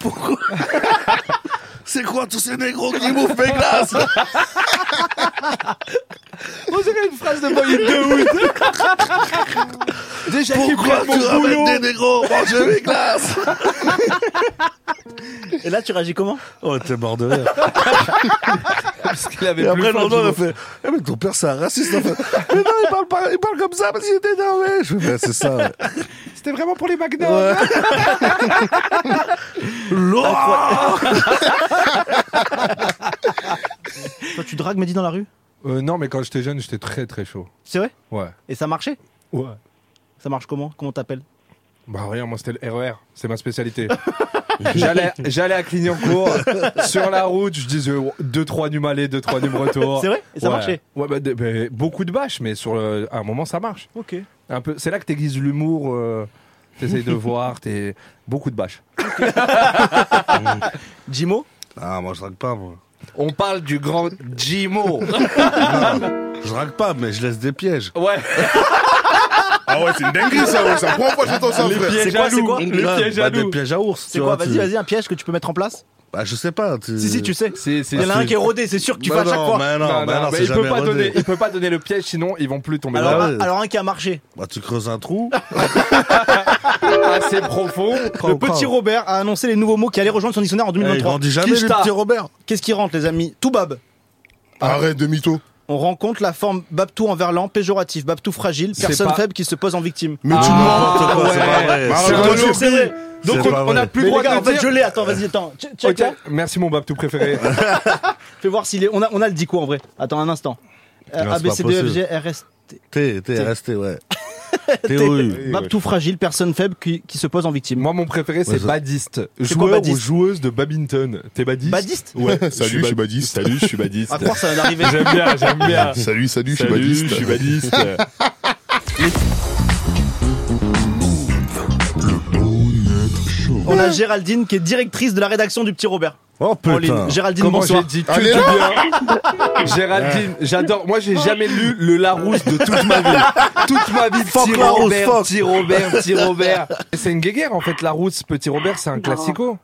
S5: Pourquoi <laughs> C'est quoi tous ces négros qui bouffent mes glaces
S7: On dirait une phrase de Boy
S5: <laughs>
S7: de Hood. Déjà qu'il
S5: Pourquoi
S7: perd mon
S5: tu
S7: boulot.
S5: ramènes des négros
S7: <laughs>
S5: manger mes glaces
S6: Et là, tu réagis comment
S5: Oh, t'es mort de rire.
S7: <laughs> Parce qu'il avait
S5: Et après,
S7: plus faim,
S5: le lendemain, on a
S7: tu vois.
S5: fait Eh, mais ton père, c'est un raciste. en fait. mais non, il parle, pas, il parle comme ça parce qu'il est énervé. Je fais, Ouais, c'est ça. ouais.
S7: C'était vraiment pour les McDonald's.
S5: Laura
S6: <laughs>
S7: <laughs>
S6: Toi, tu dragues Mehdi dans la rue
S7: Euh, non, mais quand j'étais jeune, j'étais très très chaud.
S6: C'est vrai
S7: Ouais.
S6: Et ça marchait
S7: Ouais.
S6: Ça marche comment Comment t'appelles
S7: Bah rien, moi c'était le RER, c'est ma
S6: <laughs>
S7: spécialité. J'allais j'allais à Clignancourt, sur la route, je disais oh, 2-3 numéros aller, 2-3 numéros retour.
S6: C'est vrai Et ça
S7: Ouais.
S6: marchait
S7: Ouais, bah, de- bah, beaucoup de bâches, mais sur le- à un moment ça marche.
S6: Ok.
S7: Un peu, c'est là que t'aiguises l'humour, euh, t'essayes
S6: <laughs>
S7: de voir, t'es beaucoup de bâches.
S6: Ah, Jimo
S5: Ah, moi, je drague pas, moi.
S7: On parle du grand
S5: <laughs>
S7: Jimo.
S5: Je drague pas, mais je laisse des pièges.
S7: Ouais.
S5: Ah ouais, c'est une dinguerie, ça, ouais. C'est la première fois que j'entends ça,
S6: Les
S5: frère.
S6: pièges
S5: C'est quoi,
S6: à
S5: c'est
S6: loup.
S5: quoi
S6: Les
S5: Bah,
S6: pièges
S5: bah,
S6: à
S5: des
S6: loup.
S5: pièges à ours,
S6: C'est
S5: tu
S6: quoi
S5: vois,
S6: Vas-y,
S5: tu-
S6: vas-y, un piège que tu peux mettre en place
S5: Bah, je sais pas. tu-
S6: Si, si, tu sais.
S7: C'est-
S6: Il y en a
S5: c'est-
S6: un qui est rodé, c'est sûr que tu
S5: Bah
S6: fais à chaque
S5: non,
S6: fois.
S5: bah non, bah non, c'est
S7: il peut
S5: jamais
S7: pas
S5: rodé.
S7: donner, il peut pas donner le piège, sinon ils vont plus tomber.
S6: Alors,
S7: dans
S6: un-
S7: le-
S6: alors, un qui a marché.
S5: Bah, tu creuses un trou.
S7: assez profond.
S6: Le petit Robert a annoncé les nouveaux mots qui allaient rejoindre son dictionnaire
S7: Eh,
S6: en 2023.
S5: grandit jamais, le
S6: Kishta.
S5: petit Robert.
S6: Qu'est-ce qui rentre, les amis Toubab.
S5: Arrête de mytho.
S6: On rencontre la forme babtou enverlant, péjoratif, babtou fragile,
S7: C'est
S6: personne
S7: pas-
S6: faible qui se pose en victime.
S5: Mais tu
S7: Ah, n'importes quoi, c'est ouais. pas vrai. C'est
S6: C'est
S7: un
S6: vrai.
S7: lobby.
S6: C'est vrai. Donc
S7: C'est
S6: on,
S7: pas
S6: on a
S7: vrai.
S6: plus
S7: Mais
S6: le droit
S7: les gars,
S6: de
S7: en fait,
S6: dire.
S7: je l'ai.
S6: Attends, vas-y, attends. Check, check,
S7: Ok, Merci mon babtou préféré.
S6: <laughs> Fais voir s'il est. On a, on a le dit quoi en vrai. Attends un instant. Euh,
S5: Non,
S6: A,
S5: c'est
S6: B,
S5: pas
S6: C, D, F,
S5: possible.
S6: G, R, S.
S5: T'es, t'es resté,
S6: <laughs>
S5: ouais. T'es oui.
S6: Map tout fragile, personne faible qui, qui se pose en victime.
S7: Moi, mon préféré, c'est badiste.
S6: C'est
S7: Joueur
S6: quoi
S7: ou <laughs>
S6: badiste
S7: joueuse de badminton. T'es badiste
S6: Badiste
S7: <laughs> Ouais.
S5: Salut, je suis
S7: badiste.
S16: Salut,
S7: <laughs>
S16: je suis badiste.
S6: À croire, ça va arriver.
S7: J'aime bien, j'aime <laughs> bien.
S16: Salut, salut, je suis
S7: Salut,
S16: badiste.
S7: je suis
S6: <laughs>
S7: badiste.
S6: On a Géraldine qui est directrice de la rédaction du Petit Robert.
S5: Oh
S7: putain.
S6: Géraldine,
S7: Comment
S6: bonsoir.
S7: j'ai dit que du bien. <laughs> Géraldine, j'adore. Moi, j'ai jamais lu le Larousse de toute ma vie. Toute ma vie,
S5: Fuck
S7: petit
S5: Larousse,
S7: Robert,
S5: fuck.
S7: petit Robert, petit Robert. C'est une guéguerre, en fait, Larousse, petit Robert, c'est un classico.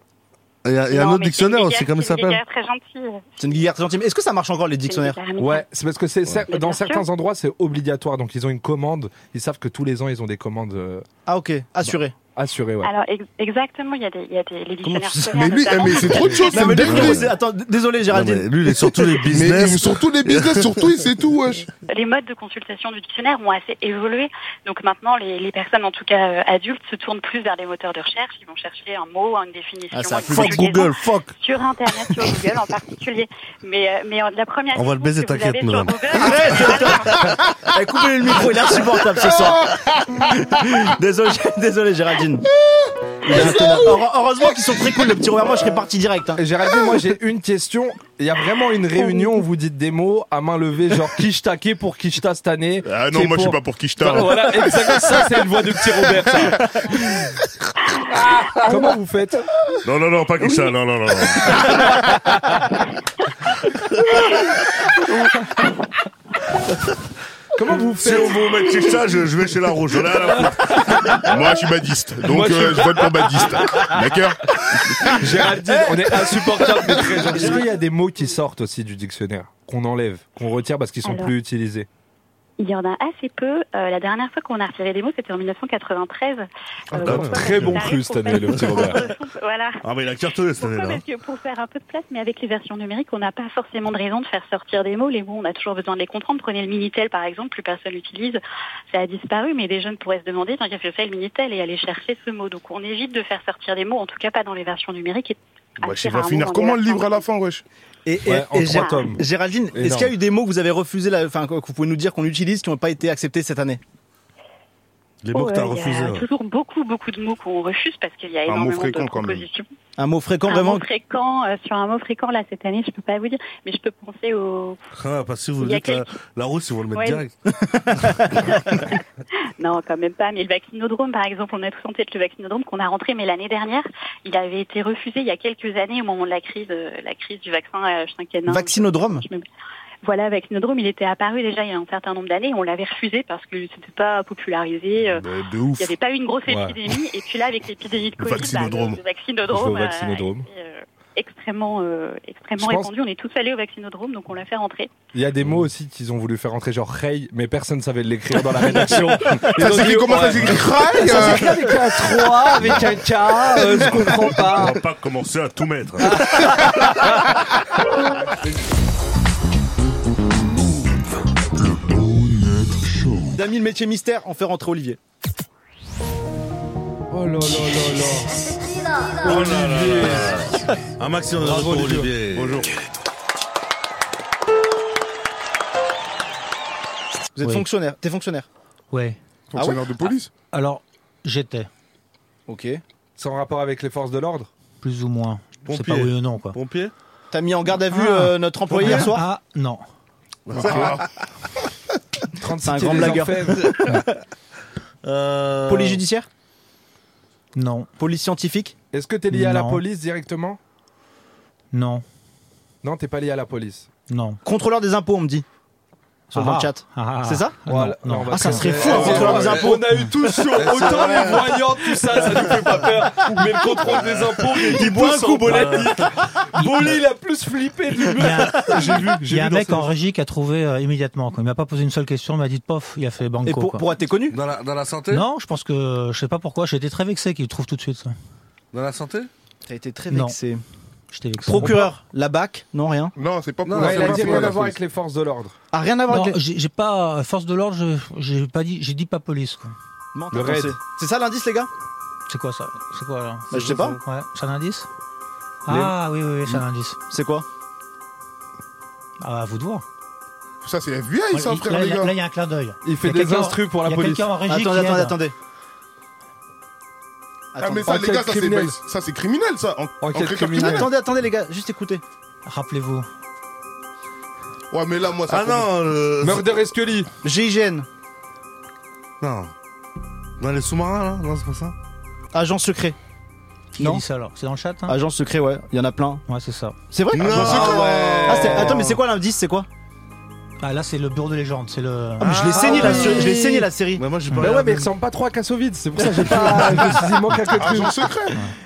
S5: Il y a, il y
S6: Non,
S5: a
S6: mais
S5: un autre
S6: c'est
S5: dictionnaire
S6: une
S5: aussi,
S6: guéguerre,
S5: comment il
S6: c'est une
S5: s'appelle
S6: guéguerre.
S11: Très
S7: <laughs>
S11: gentil.
S6: C'est une guillarde gentille. Mais Est-ce que ça marche encore les dictionnaires
S7: Ouais, c'est parce que c'est cer- dans certains endroits c'est obligatoire, donc ils ont une commande. Ils savent que tous les ans ils ont des commandes. euh,
S6: Ah ok, assuré.
S7: Assuré, ouais.
S16: Alors ex- exactement, il y a des, il y a des les
S7: Comment
S16: visionnaires
S7: tu sais-
S16: scolaires
S7: Mais lui, eh,
S16: notamment.
S7: mais c'est trop de choses,
S16: Non, mais
S7: c'est une
S16: le
S7: dinguerie.
S16: truc,
S7: Ouais.
S6: C'est- Attends, d- désolé Géraldine.
S5: lui, il est sur
S6: <laughs>
S5: tous les
S6: business.
S5: business.
S6: sur tous les business, sur tout, il sait
S5: tout, wesh.
S16: les modes de consultation du dictionnaire ont assez évolué. Donc maintenant, les, les personnes, en tout cas euh, adultes, se tournent plus vers les moteurs de recherche. Ils vont chercher un mot, une définition,
S5: Ah, ça a
S16: une
S5: plus- Fuck
S16: conjugaison
S5: Google, fuck.
S16: sur Internet, sur Google en particulier. Mais, euh, mais euh, la première
S5: On va le
S16: réponse
S5: baiser,
S16: que vous avez
S5: t'inquiète,
S16: sur
S5: madame.
S16: Google-
S6: Eh, coupez le micro, il est insupportable ce soir. <laughs> désolé, désolé Géraldine. Il est intenable. Heure- Heureusement qu'ils sont très cool, le petit Robert. Moi, je serais parti direct. hein.
S7: Géraldine, moi j'ai une question. Il y a vraiment une réunion où vous dites des mots à main levée,
S6: <laughs>
S7: genre Kishta, qui est pour Kishta cette année Ah
S13: non, moi, je suis pas pour Kishta.
S7: Voilà, exactement, ça c'est une voix de petit Robert.
S13: <laughs>
S7: ça. Comment vous faites
S13: Non, non, non, pas comme ça, non, non, non.
S6: <laughs> Oh
S7: Comment vous
S13: faites Si on veut mettre chez ça, je, je vais chez la rouge. J'en ai rien à
S6: <laughs>
S13: foutre. Moi, je suis badiste, donc
S7: Moi, je-
S13: euh, je... vote pour
S7: <laughs>
S13: badiste. D'accord
S7: Géraldine, on est insupportable mais très gentil. Est-ce qu'il y a des mots qui sortent aussi du dictionnaire, qu'on enlève, qu'on retire parce qu'ils sont
S16: Alors.
S7: plus utilisés
S16: Il y en a assez peu. Euh, la dernière fois qu'on a retiré des mots, c'était en 1993. Euh, pourquoi
S5: Ah, bah ouais.
S16: Parce
S5: Très
S16: que
S5: bon
S16: ça
S5: cru,
S16: arrive
S5: cette
S16: pour
S5: année,
S16: faire-
S5: le petit Robert.
S16: voilà.
S5: Ah, mais il a cartonné cette
S16: Pourquoi
S5: année-là.
S16: Parce que pour faire un peu de place, mais avec les versions numériques, on n'a pas forcément de raison de faire sortir des mots. Les mots, on a toujours besoin de les comprendre. Prenez le Minitel, par exemple, plus personne l'utilise. Ça a disparu, mais des jeunes pourraient se demander, tiens, qu'est-ce que c'est le Minitel et aller chercher ce mot. Donc on évite de faire sortir des mots, en tout cas pas dans les versions numériques. et assez
S13: il va
S16: rarement
S13: Bah, finir
S16: dans les
S13: comment le
S16: versions
S13: livre à la fin, wesh
S6: Et, et- et Gér- Mm. Géraldine, <laughs> est-ce qu'il y a eu des mots que vous avez refusés, là, enfin, que vous pouvez nous dire qu'on utilise, qui n'ont pas été acceptés cette année
S5: Les
S16: Oh, euh, il y a toujours beaucoup, beaucoup de mots qu'on refuse parce qu'il y a énormément de propositions.
S6: Un mot fréquent,
S16: un
S6: vraiment
S16: mot fréquent, euh, sur un mot fréquent, là, cette année, je peux pas vous dire, mais je peux penser au...
S5: Ah, parce que vous
S16: Il y a
S5: dites la,
S16: quelques-
S5: la route, ils vont le mettre
S16: Ouais.
S5: direct.
S16: <laughs> Non, quand même pas, mais le vaccinodrome, par exemple, on a tous en tête le vaccinodrome qu'on a rentré, mais l'année dernière, il avait été refusé il y a quelques années au moment de la crise, euh, la crise du vaccin euh, H5N1.
S6: Vaccinodrome
S16: Voilà, vaccinodrome, il était apparu déjà il y a un certain nombre d'années, on l'avait refusé parce que c'était pas popularisé, euh,
S13: Ah bah, de ouf.
S16: il n'y avait pas eu une grosse
S13: Ouais.
S16: épidémie, et puis là, avec l'épidémie de
S13: Le
S16: Covid,
S13: vaccinodrome.
S16: bah, le- le
S13: Je vais
S16: vaccinodrome,
S13: au
S16: euh,
S13: vaccinodrome.
S16: a été, euh, extrêmement, euh, extrêmement
S7: Je pense-
S16: répandu, on est tous allés au vaccinodrome, donc on l'a fait rentrer.
S7: Il y a des mots aussi qu'ils ont voulu faire entrer, genre Ray, mais personne savait l'écrire <laughs> dans la rédaction.
S13: Ça s'écrit
S7: Oh,
S13: comment, ça s'écrit Ray, Ça euh s'écrit
S7: avec un 3, avec un K, je comprends pas.
S13: On va pas commencer à tout mettre.
S6: D'amis, le métier mystère, on fait rentrer Olivier.
S7: Oh là là là
S5: Olivier. Un maximum de
S6: Bravo,
S5: retour,
S6: Olivier.
S5: Olivier. Bonjour.
S6: Vous êtes
S17: Oui.
S6: fonctionnaire. T'es fonctionnaire Ah
S17: Ouais.
S6: Fonctionnaire
S13: de police
S6: Ah,
S17: Alors, j'étais,
S6: Ok.
S7: C'est en rapport avec les forces de l'ordre
S17: plus ou moins. Je sais
S6: Pompier.
S17: pas oui ou non, quoi.
S5: Pompier
S6: T'as mis en garde à
S7: Ah.
S6: vue euh, notre employé hier soir
S17: Ah, non.
S6: Ah. C'est un
S17: et
S6: grand
S17: les
S6: blagueur.
S17: orfèvres.
S6: Police judiciaire
S17: Euh, Non.
S6: Police scientifique
S7: Est-ce que t'es lié à la
S17: Non.
S7: police directement
S17: Non.
S7: Non, t'es pas lié à la police.
S17: Non.
S6: Contrôleur des impôts, on me dit. Sur
S17: Ah.
S6: le chat.
S17: Ah.
S6: C'est ça
S17: Ah, non, Voilà. non.
S6: Ah, ça serait fou,
S7: Ah,
S6: un contrôleur
S7: ouais,
S6: des
S7: ouais.
S6: impôts.
S7: On a eu tout
S6: <laughs>
S7: chaud, autant les voyants, tout ça, ça nous fait pas peur. Mais le contrôle des impôts, mais
S17: Il
S7: il
S17: boit
S7: boit
S17: un coup.
S7: Bolé, il a plus flippé du
S17: Il y a,
S7: <laughs> <laughs> J'ai vu,
S17: il
S7: j'ai
S17: y a
S7: vu
S17: un
S7: dans
S17: mec
S7: ce-
S17: en régie qui a trouvé euh, immédiatement. Quoi. Il m'a pas posé une seule question, il m'a dit pof, il a fait banco.
S6: Et pour,
S17: quoi.
S6: pour être connu
S5: dans la, dans la santé
S17: Non, je pense que je sais pas pourquoi. J'ai été très vexé qu'il trouve tout de suite. ça.
S5: Dans la santé
S6: T'as été très
S17: Non.
S6: vexé.
S17: J'étais vexé.
S6: Procureur, la BAC Non, rien.
S13: Non, c'est pas
S7: Non, il a dit rien à voir avec les forces de l'ordre.
S6: Ah, rien à voir
S17: Non,
S6: avec les-
S17: j'ai j'ai pas euh, force de l'ordre. je- J'ai pas dit, j'ai dit pas police. quoi.
S6: Non,
S17: Le
S6: attends,
S17: raid.
S6: c'est- C'est ça l'indice, les gars
S17: C'est quoi ça C'est quoi là
S6: Bah, je sais pas.
S17: Ouais, c'est un indice. Ah oui, oui, oui, c'est un indice.
S6: C'est quoi
S17: Ah, à vous de voir.
S13: Ça, c'est la vieille, ça,
S17: Voilà,
S13: frère,
S17: là,
S13: les
S17: il y a-
S13: gars.
S17: là, il y a un clin d'œil.
S7: Il fait
S17: y a
S7: des
S17: quelqu'un en-
S7: instrus pour la
S17: il y a
S7: police.
S17: quelqu'un en régie
S6: Attendez,
S17: qui
S6: attendez,
S17: aide.
S6: attendez.
S13: Ah, mais ça,
S6: Attendez.
S13: les gars, ça, c'est pas- ça, c'est criminel, ça. En- Enquête criminelle.
S6: Attendez, attendez, les gars, juste écoutez.
S17: Rappelez-vous.
S13: Ouais, mais là, moi, ça.
S5: Ah non, euh,
S7: Murder et Scully.
S6: GIGN.
S5: Non. Dans les sous-marins, là Non, c'est pas ça
S6: Agent secret.
S17: Qui a dit ça alors C'est dans le chat hein
S6: Agent secret, ouais, il y en a plein.
S17: Ouais, c'est ça.
S6: C'est vrai
S17: Non,
S6: Ah,
S17: ouais.
S6: c'est- Attends, mais c'est quoi l'indice C'est quoi
S17: Ah, là, c'est le bureau de légende. C'est le.
S6: Ah, mais je l'ai saigné, la- je l'ai saigné, la série.
S17: Bah, moi, j'ai
S6: pas
S7: Bah ouais,
S6: regardé.
S7: mais il ressemble pas trop à Kassovitz, c'est pour ça que <laughs> j'ai pas. je me suis dit, il manque quelque chose.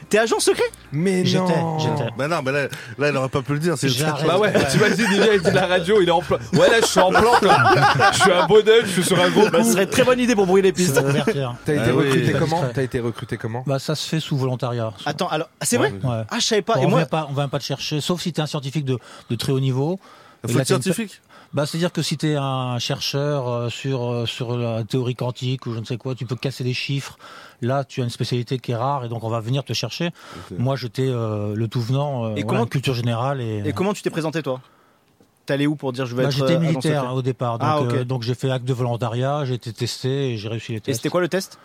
S6: T'es agent secret
S7: Mais non.
S5: Bah non, mais là, là, il aurait pas pu le dire. C'est
S7: J'arrête. Bah ouais, t'imagines, il vient, il dit la radio, il est en plan. Ouais, là, je suis en
S5: <laughs>
S7: planque, là. Je suis un bonhomme, je suis sur un gros.
S6: Ah. Bah, ce serait une très bonne idée pour brouiller les pistes.
S7: T'as
S5: Ah
S7: été recruté comment T'as été recruté comment
S17: Bah, ça se fait sous volontariat.
S6: Attends, alors, ah, c'est vrai
S17: Ouais.
S6: Ah, je savais pas.
S17: On
S6: Et
S17: ne
S6: moi,
S17: pas, on vient pas te chercher, sauf si tu es un scientifique de, de très haut niveau.
S5: Faut
S17: Et là,
S5: être
S17: t'as une-
S5: scientifique
S17: bah, C'est-à-dire que si tu es un chercheur euh, sur, euh, sur la théorie quantique ou je ne sais quoi, tu peux casser des chiffres. Là, tu as une spécialité qui est rare et donc on va venir te chercher. Moi, j'étais euh, le tout venant, euh,
S6: Et
S17: voilà,
S6: comment-
S17: culture générale. Et,
S6: et comment tu t'es présenté, toi T'es allé où pour dire je vais
S17: Bah,
S6: être. euh,
S17: J'étais
S6: agent
S17: militaire
S6: secret
S17: au départ, donc,
S6: Ah, ok.
S17: euh, donc j'ai fait acte de volontariat, j'ai été testé et j'ai réussi les tests.
S6: c'était quoi le test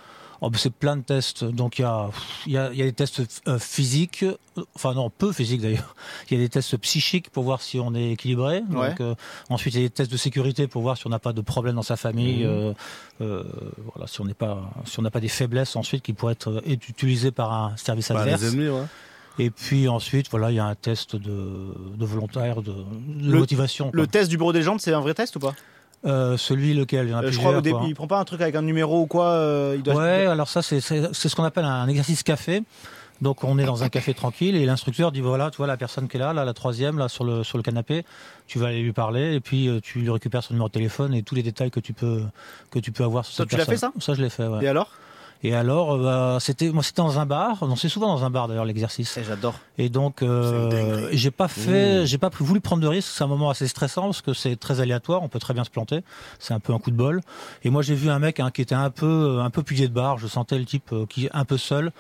S17: Oh, bah, c'est plein de tests. Donc il y a, pff, il y, a, il y a des tests euh, physiques, euh, enfin non, peu physiques d'ailleurs. <laughs> Il y a des tests psychiques pour voir si on est équilibré.
S6: Ouais.
S17: Donc, euh, ensuite, il y a des tests de sécurité pour voir si on n'a pas de problème dans sa famille,
S6: Mhm.
S17: euh, euh, voilà, si on n'est pas, si on n'a pas des faiblesses ensuite qui pourraient être euh, ut- utilisées par un service
S5: Par les
S17: adverse.
S5: ennemis, ouais.
S17: Et puis ensuite, voilà, il y a un test de, de volontaire, de, de
S6: Le-
S17: motivation. quoi.
S6: Le test du bureau des légendes, c'est un vrai test ou pas
S17: Euh, celui lequel il y en a
S6: Euh, Je
S17: plusieurs,
S6: crois au
S17: quoi.
S6: début, il prend pas un truc avec un numéro ou quoi euh, il doit...
S17: Ouais, alors ça, c'est c'est- c'est ce qu'on appelle un exercice café. Donc on est dans un café tranquille et l'instructeur dit voilà tu vois la personne qui est là là la troisième là sur le sur le canapé tu vas aller lui parler et puis euh, tu lui récupères son numéro de téléphone et tous les détails que tu peux que tu peux avoir sur
S6: Toi,
S17: cette
S6: tu l'as
S17: personne.
S6: fait, ça
S17: je l'ai fait. ouais.
S6: Et alors
S17: Et alors euh, bah, c'était moi c'était dans un bar non c'est souvent dans un bar d'ailleurs l'exercice.
S6: Et Eh, j'adore.
S17: Et donc euh, j'ai pas fait j'ai pas pr- voulu prendre de risque c'est un moment assez stressant parce que c'est très aléatoire on peut très bien se planter c'est un peu un coup de bol et moi j'ai vu un mec hein, qui était un peu un peu puillé de barre je sentais le type euh, qui est un peu seul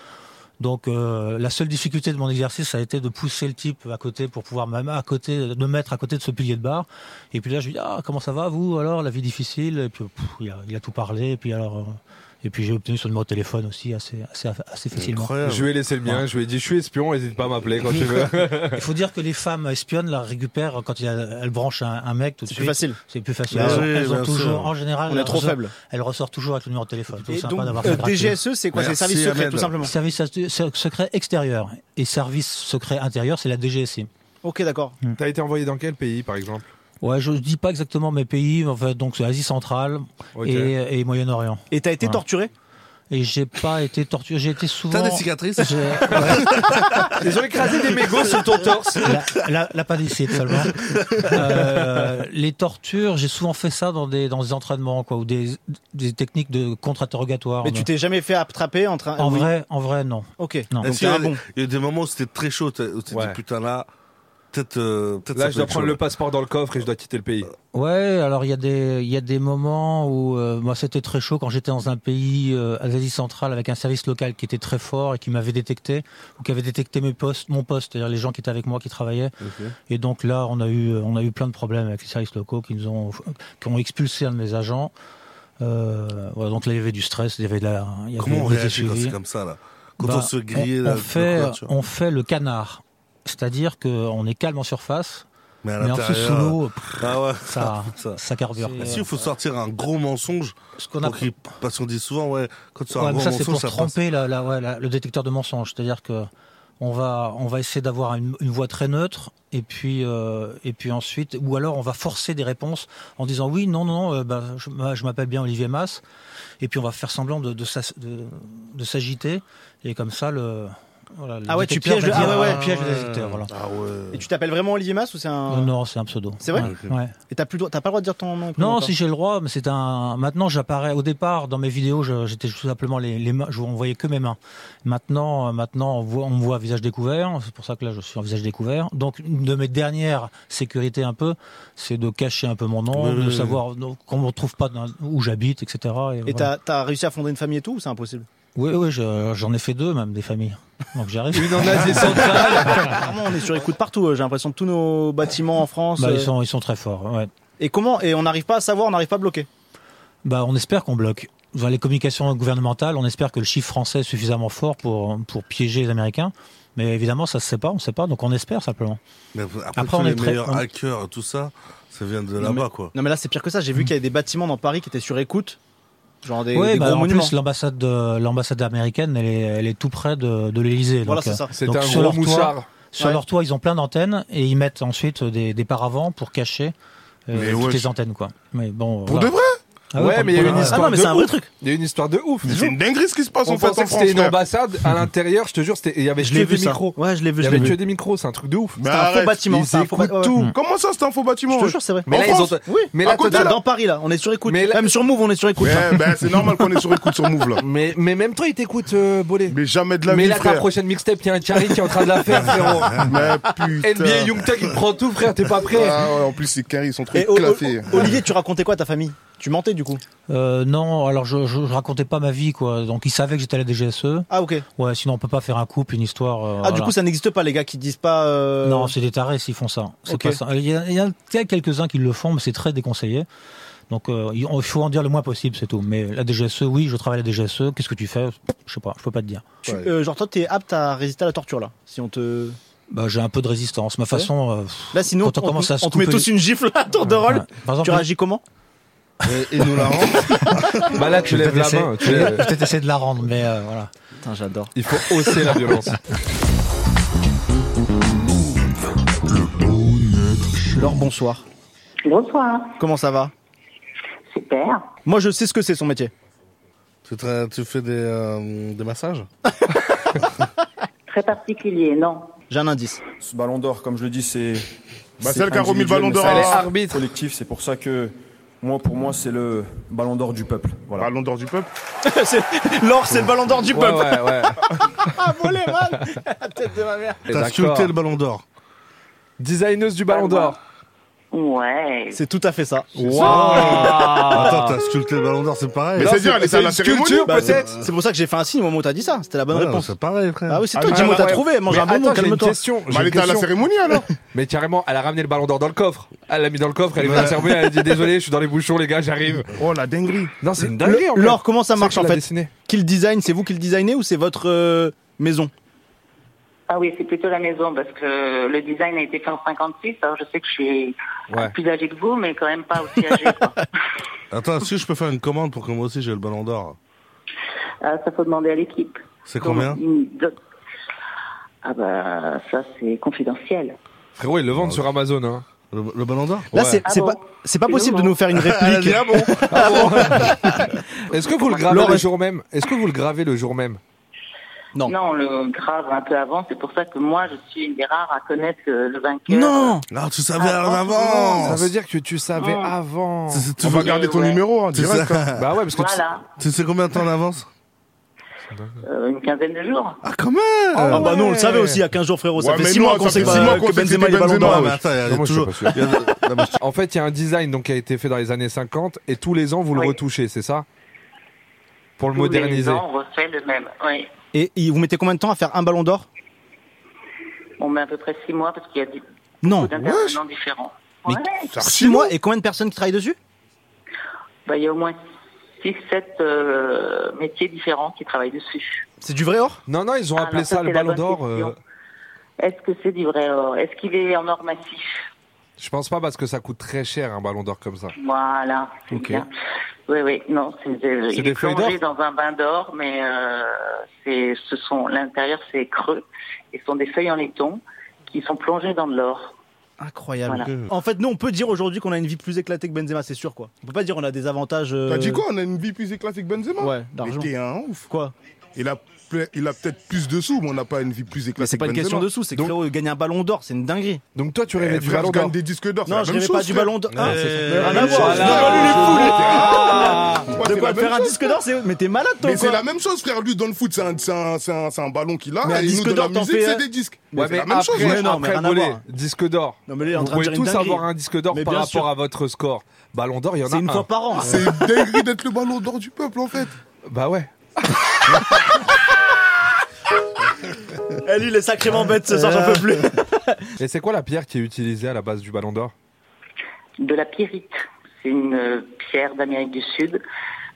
S17: donc euh, la seule difficulté de mon exercice ça a été de pousser le type à côté pour pouvoir même à côté de mettre à côté de ce pilier de barre et puis là je lui dis ah comment ça va vous alors la vie difficile et puis pff, il, a, il a tout parlé et puis alors euh, et puis j'ai obtenu son numéro de téléphone aussi assez assez assez facilement
S7: Je lui ai laissé le mien, je lui ai dit, je suis espion, hésite pas à m'appeler quand tu veux.
S17: il faut dire que les femmes espionnes la récupèrent quand il y a- elles branchent un, un mec tout de
S6: C'est
S17: suite.
S6: plus facile.
S17: C'est plus facile.
S6: Bah
S17: elles ont-
S6: oui,
S17: elles ont
S6: bien sûr.
S17: toujours, en général,
S6: On est
S17: elles
S6: trop
S17: ressortent-
S6: faible.
S17: Elles ressortent toujours avec le numéro de téléphone. C'est
S6: Et
S17: sympa
S6: donc,
S17: d'avoir
S6: euh,
S17: ça gratuit.
S6: DGSE, c'est quoi C'est Merci, service secret, Ahmed. tout simplement.
S17: Service as- se- secret extérieur et service secret intérieur, c'est la DGSI.
S6: <laughs> Ok, d'accord.
S7: T'as été envoyé dans quel pays, par exemple
S17: Ouais, je dis pas exactement mes pays, mais en fait, donc c'est Asie centrale
S7: Ok.
S17: et, et Moyen-Orient.
S6: Et t'as été torturé
S17: Et j'ai pas été torturé, j'ai été souvent.
S5: des cicatrices
S17: J'ai-
S7: Ils ont écrasé des mégots sur ton torse.
S17: La, la, la palissade seulement. Euh, les tortures, j'ai souvent fait ça dans des, dans des entraînements, quoi, ou des, des techniques de contre-interrogatoire.
S6: Mais tu t'es jamais fait attraper en train.
S17: En
S6: Oui.
S17: vrai, en vrai, non.
S6: Ok.
S17: Non.
S5: Est-ce qu'il y a- Il y a eu des moments où c'était très chaud. t'as- Où tu
S7: Ouais.
S5: dit putain là, peut-être. euh, peut-être ça
S7: Là,
S5: peut
S7: je dois
S5: être
S7: prendre
S5: chaud.
S7: le passeport dans le coffre et je dois quitter le pays.
S17: Ouais, alors il y a des il y a des moments où euh, moi c'était très chaud quand j'étais dans un pays euh, à l'Asie centrale avec un service local qui était très fort et qui m'avait détecté ou qui avait détecté mes postes mon poste, c'est-à-dire les gens qui étaient avec moi qui travaillaient.
S5: Ok.
S17: Et donc là, on a eu euh, on a eu plein de problèmes avec les services locaux qui nous ont qui ont expulsé un de mes agents. Euh, voilà, donc là il y avait du stress, il y avait de la il y avait
S5: Comment on
S17: des
S5: réagit quand
S17: suivis.
S5: c'est comme ça là Quand
S17: Bah,
S5: on se grille
S17: on,
S5: la-
S17: on
S5: la
S17: fait
S5: couverture.
S17: on fait le canard, c'est-à-dire qu'on est calme en surface.
S5: à
S17: Mais, en dessous, sous
S5: l'intérieur, <laughs>
S17: l'eau,
S5: ah ouais,
S17: <laughs>
S5: <laughs>
S17: ça, ça carbure.
S5: C'est- Si, il faut sortir un gros mensonge.
S17: a-
S5: pour qu'il- Parce qu'on dit souvent, ouais, quand tu sors
S17: Ouais,
S5: un
S17: mais
S5: gros
S17: ça c'est
S5: mensonge,
S17: pour
S5: ça passe.
S17: tromper la- la- ouais, la- le détecteur de mensonges. C'est-à-dire que on va, on va essayer d'avoir une, une voix très neutre et puis, euh, et puis ensuite, ou alors on va forcer des réponses en disant oui, non, non, euh, bah, je, moi, je m'appelle bien Olivier Masse et puis on va faire semblant de, de, s'as- de- de s'agiter et comme ça le. voilà, le
S6: Ah ouais, tu
S17: détecteur
S6: pièges le,
S17: va dire, euh,
S6: ah ouais, ouais.
S17: on piège le détecteur. Voilà.
S5: Ah,
S6: Et tu t'appelles vraiment Olivier Mas ou c'est un.
S17: Euh, Non, non, c'est un pseudo.
S6: C'est vrai
S17: Ouais. Ouais.
S6: Et t'as plus le droit- t'as pas le droit de dire ton nom et prénom,
S17: Non,
S6: quoi
S17: si j'ai le droit, mais c'est un. Maintenant, j'apparais. Au départ, dans mes vidéos, je- j'étais tout simplement les, les mains. Je on voyait que mes mains. Maintenant, euh, maintenant, on, voit, on me voit à visage découvert. C'est pour ça que là, je suis en visage découvert. Donc, une de mes dernières sécurités, un peu, c'est de cacher un peu mon nom,
S6: Oui, oui,
S17: de
S6: oui.
S17: savoir donc, qu'on ne me retrouve pas dans- où j'habite, etc. Et,
S6: Et
S17: voilà.
S6: t'as t'as réussi à fonder une famille et tout ou c'est impossible
S17: Oui, oui, je- j'en ai fait deux, même des familles. Donc, j'arrive. Bah,
S6: Une en
S17: <laughs>
S6: Asie <laughs> centrale. Vraiment, on est sur écoute partout. euh, J'ai l'impression de tous nos bâtiments en France.
S17: Bah,
S6: euh,
S17: ils sont, ils sont très forts. Ouais.
S6: Et comment Et on n'arrive pas à savoir, on n'arrive pas à bloquer.
S17: Bah, on espère qu'on bloque. Dans les communications gouvernementales, on espère que le chiffre français est suffisamment fort pour, pour piéger les Américains. Mais évidemment, ça se sait pas, on sait pas, donc on espère simplement.
S5: Mais après,
S17: Après,
S5: tous
S17: on
S5: les
S17: est très-
S5: meilleurs
S17: on-
S5: <laughs> hackers, tout ça, ça vient de
S6: Non, mais-
S5: là-bas, quoi.
S6: Non mais là c'est pire que ça. J'ai vu qu'il y avait des bâtiments dans Paris qui étaient sur écoute, genre des,
S17: Ouais,
S6: des
S17: bah,
S6: gros
S17: en
S6: monuments.
S17: plus, l'ambassade, de- l'ambassade américaine, elle est, elle est tout près de, de l'Elysée.
S6: Voilà, c'est ça. C'est un gros
S17: sur leur toit-
S6: mouchard.
S17: sur
S6: Ouais.
S17: leur toit, ils ont plein d'antennes et ils mettent ensuite des, des paravents pour cacher euh,
S5: Mais
S17: toutes
S5: ouais,
S17: les
S5: je-
S17: antennes, quoi. Mais bon.
S5: Pour
S17: voilà.
S5: de vrai
S17: Ah ouais, pour-
S7: mais il y a
S17: pour
S7: eu une
S17: de vrai.
S7: histoire. de ouf. Il y a eu une histoire de ouf.
S5: Mais c'est une dinguerie ce qui se passe,
S7: On
S5: en fait,
S7: pensait
S5: en
S7: que c'était une
S5: France, frère.
S7: ambassade <laughs> à l'intérieur. Je te jure, c'était- il y avait
S5: Je
S7: que
S5: l'ai
S7: des
S5: vu, ça.
S7: micros.
S5: Ouais, je l'ai
S7: Il
S5: vu,
S7: y
S5: je
S7: avait
S5: l'ai
S7: que
S5: vu.
S7: des micros. C'est un truc de ouf.
S5: Mais Bah arrête, ils écoutent
S6: Hmm.
S5: tout. Comment ça, c'est un faux bâtiment
S6: Je te jure, c'est vrai.
S5: Mais là, ils ont.
S6: Oui, mais
S5: Mais
S6: là,
S5: là,
S6: dans dans Paris, là, on est sur écoute. Même sur Move, on est sur écoute.
S5: Ouais, ben, c'est normal qu'on est sur écoute sur
S17: <laughs>
S5: Move, là.
S7: bah, <laughs> Mais, mais même toi, il t'écoute, euh, Bolé.
S5: Mais jamais de la
S7: mais
S5: vie,
S7: là, ta
S5: frère.
S7: prochaine mixtape, il y a un Charlie qui est en train de la
S5: <laughs>
S7: faire, frérot.
S5: Mais putain.
S7: NBA Young Thug, il prend tout, frère, t'es pas prêt.
S5: Ah ouais, en plus, c'est carré, ils sont trop
S6: Et O-
S5: claffés.
S6: O- Olivier, tu racontais quoi à ta famille Tu mentais du coup
S17: Euh, non, alors je, je, je racontais pas ma vie, quoi. Donc ils savaient que j'étais à la DGSE.
S6: Ah, ok.
S17: E. Ouais, sinon on peut pas faire un couple, une histoire. euh,
S6: Ah, du
S17: voilà.
S6: coup, ça n'existe pas, les gars qui disent pas. euh,
S17: Non, c'est des tarés s'ils font ça. C'est
S6: Ok.
S17: pas ça. Il y a, il y a- il y a quelques-uns qui le font, mais c'est très déconseillé. Donc, euh, il il faut en dire le moins possible, c'est tout. Mais la DGSE, E, oui, je travaille à la DGSE. E. Qu'est-ce que tu fais Je sais pas, je peux pas te dire.
S6: tu- euh, genre, toi, t'es apte à résister à la torture là, si on te.
S17: Bah, j'ai un peu de résistance. Ma
S6: Ouais.
S17: façon. euh,
S6: Là, Bah, sinon,
S17: quand on,
S6: on,
S17: commence à
S6: on
S17: se
S6: te met
S17: couper-
S6: tous une gifle à tour de
S17: Ouais.
S6: rôle.
S17: Par exemple,
S6: tu réagis comment
S5: Et, nous la
S7: <laughs>
S17: rendre
S7: Bah là, tu lèves la main, tu lèves-
S17: peut-être essayer de la rendre, mais euh, voilà.
S6: Putain, j'adore.
S7: Il faut hausser la violence.
S6: Laure, bonsoir.
S18: Bonsoir.
S6: Comment ça va
S18: Super.
S6: Moi, je sais ce que c'est son métier.
S5: Tu, tra- tu fais des, euh, des massages
S18: <laughs> Très particulier, non.
S6: J'ai un indice.
S14: Ce ballon d'or, comme je le dis, c'est.
S5: Bah,
S14: c'est
S5: celle qui a remis le
S14: individuel,
S5: Ballon
S14: mais
S5: d'Or
S14: ça
S5: à-
S14: reste
S5: Arbitre.
S14: Collectif, c'est pour ça que. Moi, pour moi, c'est le ballon d'or du peuple. Voilà.
S5: Ballon d'or du peuple
S6: L'or, <laughs> c'est le ballon d'or du
S14: Ouais,
S6: peuple.
S14: ouais, ouais.
S6: Ah, volé, man La tête de ma mère.
S5: T'as sculpté le ballon d'or.
S7: Designeuse du Ballon d'Or.
S18: Ouais.
S6: C'est tout à fait ça. <laughs>
S5: Attends, t'as sculpté le ballon d'or, c'est pareil. hein.
S6: Non,
S5: une
S6: Bah, c'est- C'est pour ça que j'ai fait un signe au moment où t'as dit ça. C'était la bonne
S5: Ouais,
S6: réponse.
S5: c'est pareil, frère.
S6: Ah oui, c'est
S5: Ah,
S6: toi,
S5: mais
S6: dis-moi,
S5: attends,
S6: t'as trouvé. Mange
S7: Mais
S6: un bonbon,
S7: attends, j'ai une
S6: calme-toi.
S7: question.
S5: Bah,
S7: J'ai une question. Mais carrément, elle a ramené le ballon d'or dans le coffre. Elle l'a mis dans le coffre, elle est
S5: Ouais.
S7: conservée, elle a dit désolé, je suis dans les bouchons, les gars, j'arrive.
S5: Oh la dinguerie.
S7: Non, c'est une dinguerie en fait.
S6: L'or, comment ça
S7: C'est
S6: marche
S7: qui
S6: en
S7: l'a
S6: fait
S7: dessiné.
S6: Qu'il design, c'est vous qui le designez ou c'est votre euh, maison
S18: Ah oui, c'est plutôt la maison parce que le design a été fait en 56. Alors je sais que je suis
S5: Ouais.
S18: plus âgée que vous, mais quand même pas aussi âgée. quoi.
S5: Attends, est-ce que je peux faire une commande pour que moi aussi j'ai le ballon d'or
S18: Ah, ça faut demander à l'équipe.
S5: C'est combien
S18: Donc, une- deux- Ah bah ça c'est confidentiel.
S7: Frérot, ils le
S6: Ah,
S7: vendent sur Amazon. Hein. Ah,
S5: Le, ballon d'or
S6: Là, c'est c'est pas, c'est pas possible de nous <laughs> faire Ah une réplique.
S7: <laughs> Est-ce que vous le gravez
S6: Laure,
S7: le
S6: est-ce-
S7: jour même Est-ce que vous le gravez le jour même
S6: Non.
S18: Non, on le grave un peu avant. C'est pour ça que moi je suis une des rares à connaître euh, le vainqueur.
S5: Non, tu savais
S18: Avant,
S5: en avance
S7: Ça veut dire que tu savais
S18: Ah.
S7: Ah, avant.
S5: On va garder ton numéro, hein, direct. hein.
S7: Bah ouais, parce que tu-
S18: Voilà.
S5: Tu sais combien de temps en avance
S18: Euh, une quinzaine de jours.
S5: Ah, quand même
S6: Ah bah non, on le savait aussi il y a 15 jours, frérot. Oh, Ça fait 6 mois qu'on sait que, que Benzema est le ballon d'or. ouais.
S5: Non, moi, je suis pas sûr.
S7: En fait, il y a un design donc, qui a été fait dans les années 50 et tous les ans, vous le retouchez, c'est ça Pour le
S18: Tous les
S7: moderniser.
S18: ans, on refait le même. Oui.
S6: Et il- vous mettez combien de temps à faire un ballon d'or
S18: On met à peu près six mois parce qu'il y a des-
S6: Non.
S18: beaucoup d'intervenants différents. Ouais.
S6: 6 mois et combien de personnes qui travaillent dessus
S18: Bah, il y a au moins 6-7 métiers différents qui travaillent dessus.
S6: C'est du vrai or
S7: Non, non, ils ont
S18: Alors,
S7: appelé
S18: Ah, ça,
S7: ça le
S18: c'est la
S7: ballon
S18: bonne
S7: d'or.
S18: question.
S7: euh,
S18: Est-ce que c'est du vrai or Est-ce qu'il est en or massif
S7: Je pense pas parce que ça coûte très cher un ballon d'or comme ça.
S18: Voilà, c'est
S7: Ok.
S18: bien. Oui, oui, non, c'est euh,
S7: C'est
S18: il
S7: des
S18: est
S7: feuilles
S18: plongé dans un bain d'or, mais euh, c'est- ce sont l'intérieur c'est creux et ce sont des feuilles en laiton qui sont plongées dans de l'or.
S6: Incroyable.
S18: Voilà.
S6: En fait, nous, on peut dire aujourd'hui qu'on a une vie plus éclatée que Benzema, c'est sûr quoi. On peut pas dire on a des avantages. euh,
S13: T'as dit quoi On a une vie plus éclatée que Benzema
S6: Ouais, d'argent.
S13: Mais t'es un ouf.
S6: Quoi
S13: Il a, ple- il a peut-être plus de sous, mais on n'a pas une vie plus éclatée
S6: C'est pas une
S13: que Benzema.
S6: question de sous, c'est que frérot, gagner un ballon d'or, c'est une dinguerie. Euh,
S7: Donc toi, tu
S13: rêvais du ballon d'or. des disques d'or, c'est
S6: Non,
S13: la
S6: je
S13: même
S6: rêvais pas
S13: chose,
S6: du
S13: frère.
S6: ballon d'or.
S13: Ouais,
S6: Ah,
S13: c'est ça.
S6: euh,
S13: Mais
S6: rien à
S13: voilà.
S6: voir.
S13: Ah.
S6: Je dévalue les
S13: Moi,
S6: foules.
S13: c'est
S6: De quoi
S13: la
S6: faire
S13: même
S6: un
S13: chose,
S6: disque d'or c'est- Mais t'es malade toi
S13: Mais
S6: ou
S13: c'est
S6: quoi
S13: la même chose, frère. Lui, dans le foot, c'est un, c'est un, c'est un, c'est un ballon qu'il a.
S6: Mais un
S13: et
S6: disque
S13: nous, dans
S6: d'or,
S13: la
S6: t'en
S13: musique,
S6: fais,
S13: c'est
S6: euh,
S13: des disques.
S7: Ouais,
S13: Mais c'est
S7: mais
S13: la même chose.
S7: après,
S13: frère.
S6: non, mais
S7: après
S6: rien à
S7: Bollé,
S6: voir.
S7: disque d'or.
S6: Non, mais là, il est en
S7: Vous
S6: train de
S7: pouvez
S6: dire une
S7: tous
S6: dinguerie.
S7: avoir un disque d'or
S6: Mais
S7: par
S6: bien
S7: rapport
S6: sûr.
S7: à votre score. Ballon d'or, il y en a
S6: C'est une
S7: un.
S6: fois par an. hein.
S13: C'est une dinguerie d'être le ballon d'or du peuple, en fait.
S7: Bah ouais.
S6: Eh, lui, il est sacrément bête ce soir, j'en peux plus.
S7: <laughs> Et c'est quoi la pierre qui est utilisée à la base du ballon d'or
S18: De la pyrite, c'est une euh, pierre d'Amérique du Sud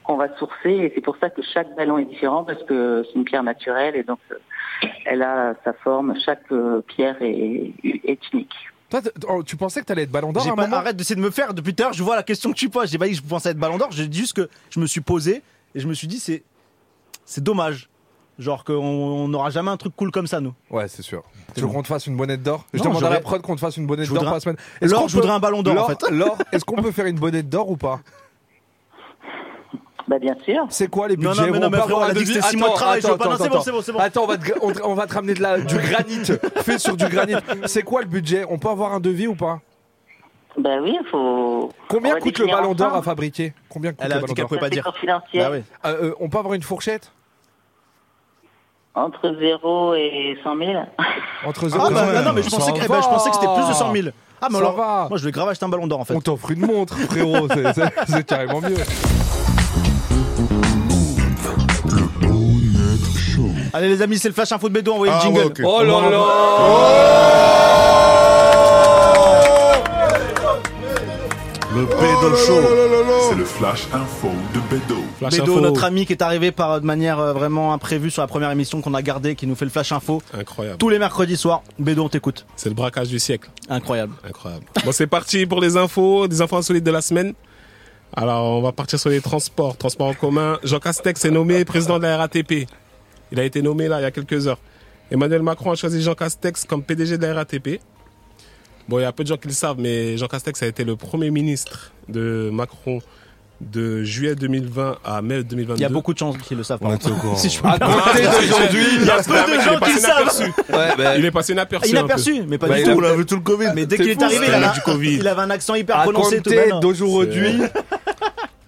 S18: qu'on va sourcer et c'est pour ça que chaque ballon est différent parce que c'est une pierre naturelle et donc euh, elle a sa forme, chaque euh, pierre est, est unique.
S7: Toi, t- t- oh, tu pensais que t'allais être ballon d'or à
S6: J'ai
S7: un
S6: pas-
S7: moment
S6: Arrête d'essayer de me faire. Depuis tout à l'heure, je vois la question que tu poses. J'ai pas dit que je pensais être ballon d'or. J'ai dit juste que je me suis posé et je me suis dit, c'est, c'est dommage. Genre qu'on on n'aura jamais un truc cool comme ça, nous.
S7: Ouais, c'est sûr. Tu veux qu'on te fasse une bonnette d'or Je
S6: Non,
S7: demande à
S6: j'aurais-
S7: la prod qu'on te fasse une bonnette
S6: Je
S7: d'or
S6: voudrais-
S7: par semaine.
S6: Laure,
S7: qu'on
S6: je voudrais un ballon d'or, en
S7: Laure- <laughs>
S6: fait.
S7: Laure, est-ce qu'on peut faire une bonnette d'or ou pas
S18: Bah bien sûr.
S7: C'est quoi les
S6: Non, non,
S7: budgets
S6: mais
S7: Bon,
S6: non,
S7: on
S6: mais
S7: peut
S6: frérot,
S7: avoir
S6: on a
S7: un
S6: dit que
S7: devis.
S6: c'était six mois de
S7: Attends,
S6: travail, je veux
S7: attends,
S6: pas- non,
S7: attends,
S6: c'est bon,
S7: attends.
S6: c'est bon, c'est bon.
S7: Attends, on va, te gra- on te- on va te ramener de la, du
S6: <laughs>
S7: granit. Fais sur du granit. C'est quoi le budget On peut avoir un devis ou pas
S18: Bah oui, faut.
S7: Combien
S18: on va
S7: coûte le
S18: définir
S7: ballon d'or
S18: ensemble.
S7: à fabriquer Combien coûte
S18: Elle
S7: le
S18: a dit
S7: ballon
S18: qu'elle
S7: d'or
S18: pouvait pas Ça, c'est dire. confidentiel.
S7: Bah oui.
S6: Ah
S7: Euh, euh, on peut avoir une fourchette
S18: Entre 0 et 100 000.
S7: <laughs> Entre
S6: Ah, bah, non, non, mais je pensais, que, eh ben, je pensais que c'était plus de 100 000. Ah, mais
S7: Ça
S6: alors,
S7: va.
S6: moi je vais grave acheter un ballon d'or en fait.
S7: On t'offre une montre, frérot. c'est- c'est- C'est carrément mieux.
S6: Allez, les amis, c'est le flash info de Bédo, envoyez
S7: Ah,
S6: le jingle.
S7: ouais, ok. Oh là
S6: On va-
S7: là.
S13: Le
S6: Bédo Show.
S13: C'est le flash info de Bédo.
S6: Bédo, notre ami qui est arrivé par de manière euh, vraiment imprévue sur la première émission qu'on a gardée, qui nous fait le flash info.
S19: Incroyable.
S6: Tous les mercredis soirs, Bédo, on t'écoute.
S19: C'est le braquage du siècle.
S6: Incroyable.
S19: Incroyable. Bon, c'est parti pour les infos, des infos insolites de la semaine. Alors, on va partir sur les transports, transports en commun. Jean Castex est nommé président de la RATP. Il a été nommé là il y a quelques heures. Emmanuel Macron a choisi Jean Castex comme PDG de la RATP. Bon, il y a peu de gens qui le savent, mais Jean Castex a été le premier ministre de Macron de juillet 2020 à mai 2022.
S6: Il y a beaucoup de chances qu'ils le savent. par contre. <laughs> si je peux
S19: À
S6: me
S20: Ah,
S6: permettre.
S19: compter d'aujourd'hui,
S6: il y a peu de
S19: il
S6: gens
S19: est passé
S6: qui le savent.
S19: inaperçu.
S6: bah.
S19: Il est passé inaperçu. un peu.
S6: Ah,
S19: Bah,
S6: Inaperçu, mais pas du tout.
S5: tout le Covid.
S19: <laughs>
S6: Mais dès qu'il est arrivé, il avait,
S19: C'était
S6: un-
S19: du Covid.
S6: il avait un accent hyper
S19: À
S6: prononcé. tout
S19: compter
S6: ben, hein.
S19: d'aujourd'hui.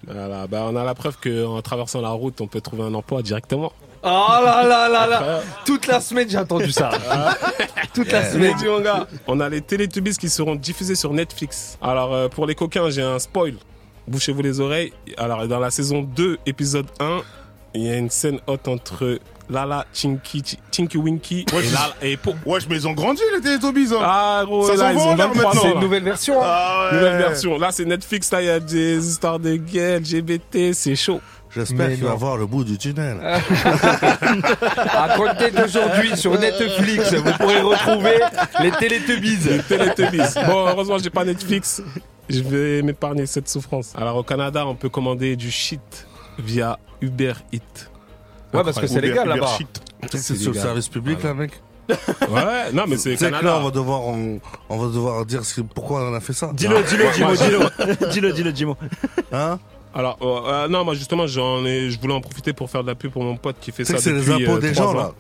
S19: Voilà, bah, on a la preuve qu'en traversant la route, on peut trouver un emploi directement.
S7: Oh
S6: Ah
S7: là là là là Toute la semaine j'ai entendu ça. Toute
S6: Eh.
S7: la semaine.
S19: On a les Teletubbies qui seront diffusés sur Netflix. Alors, euh, pour les coquins, j'ai un spoil. Bouchez-vous les oreilles. Alors, dans la saison 2, épisode 1, il y a une scène haute entre Lala, Chinky, Chi- Chinky Winky
S13: Wesh,
S19: et
S13: ils-
S19: Lala et Po.
S13: Wesh, mais ils ont grandi les Teletubbies. hein.
S19: Ah, gros,
S13: ça
S19: là,
S13: s'en
S19: ils
S13: va en
S19: ont
S13: l'air
S19: 23
S13: maintenant.
S19: ans, là.
S7: hein.
S13: Ah ouais.
S19: Nouvelle version. Là, c'est Netflix, là, il y a des histoires de gays, LGBT, c'est chaud.
S5: J'espère qu'il va voir le bout du tunnel.
S7: À compter d'aujourd'hui sur Netflix, vous pourrez retrouver les Teletubbies. <laughs>
S19: Les Teletubbies. Bon, heureusement, j'ai pas Netflix. Je vais m'épargner cette souffrance. Alors, au Canada, on peut commander du shit via Uber Eats.
S7: Ouais, parce que c'est légal là-bas.
S5: C'est sur le
S19: légal.
S5: service public, là, mec.
S19: Ouais, non, mais c'est
S5: Tu sais que
S19: Canada.
S5: là, on va devoir, on, on va devoir dire ce- pourquoi on a fait ça.
S19: Dis-le, dis-le,
S5: Moi,
S19: dis-le,
S5: moi,
S19: dis-le.
S6: Dis-le, dis-le, Jimo.
S5: Ah. Hein
S19: Alors, euh, euh, non, moi justement, j'en ai, je voulais en profiter pour faire de la pub pour mon pote qui fait
S5: Tu sais
S19: ça
S5: que c'est les
S19: depuis
S5: impôts
S19: euh,
S5: des
S19: trois
S5: gens,
S19: ans.
S5: là.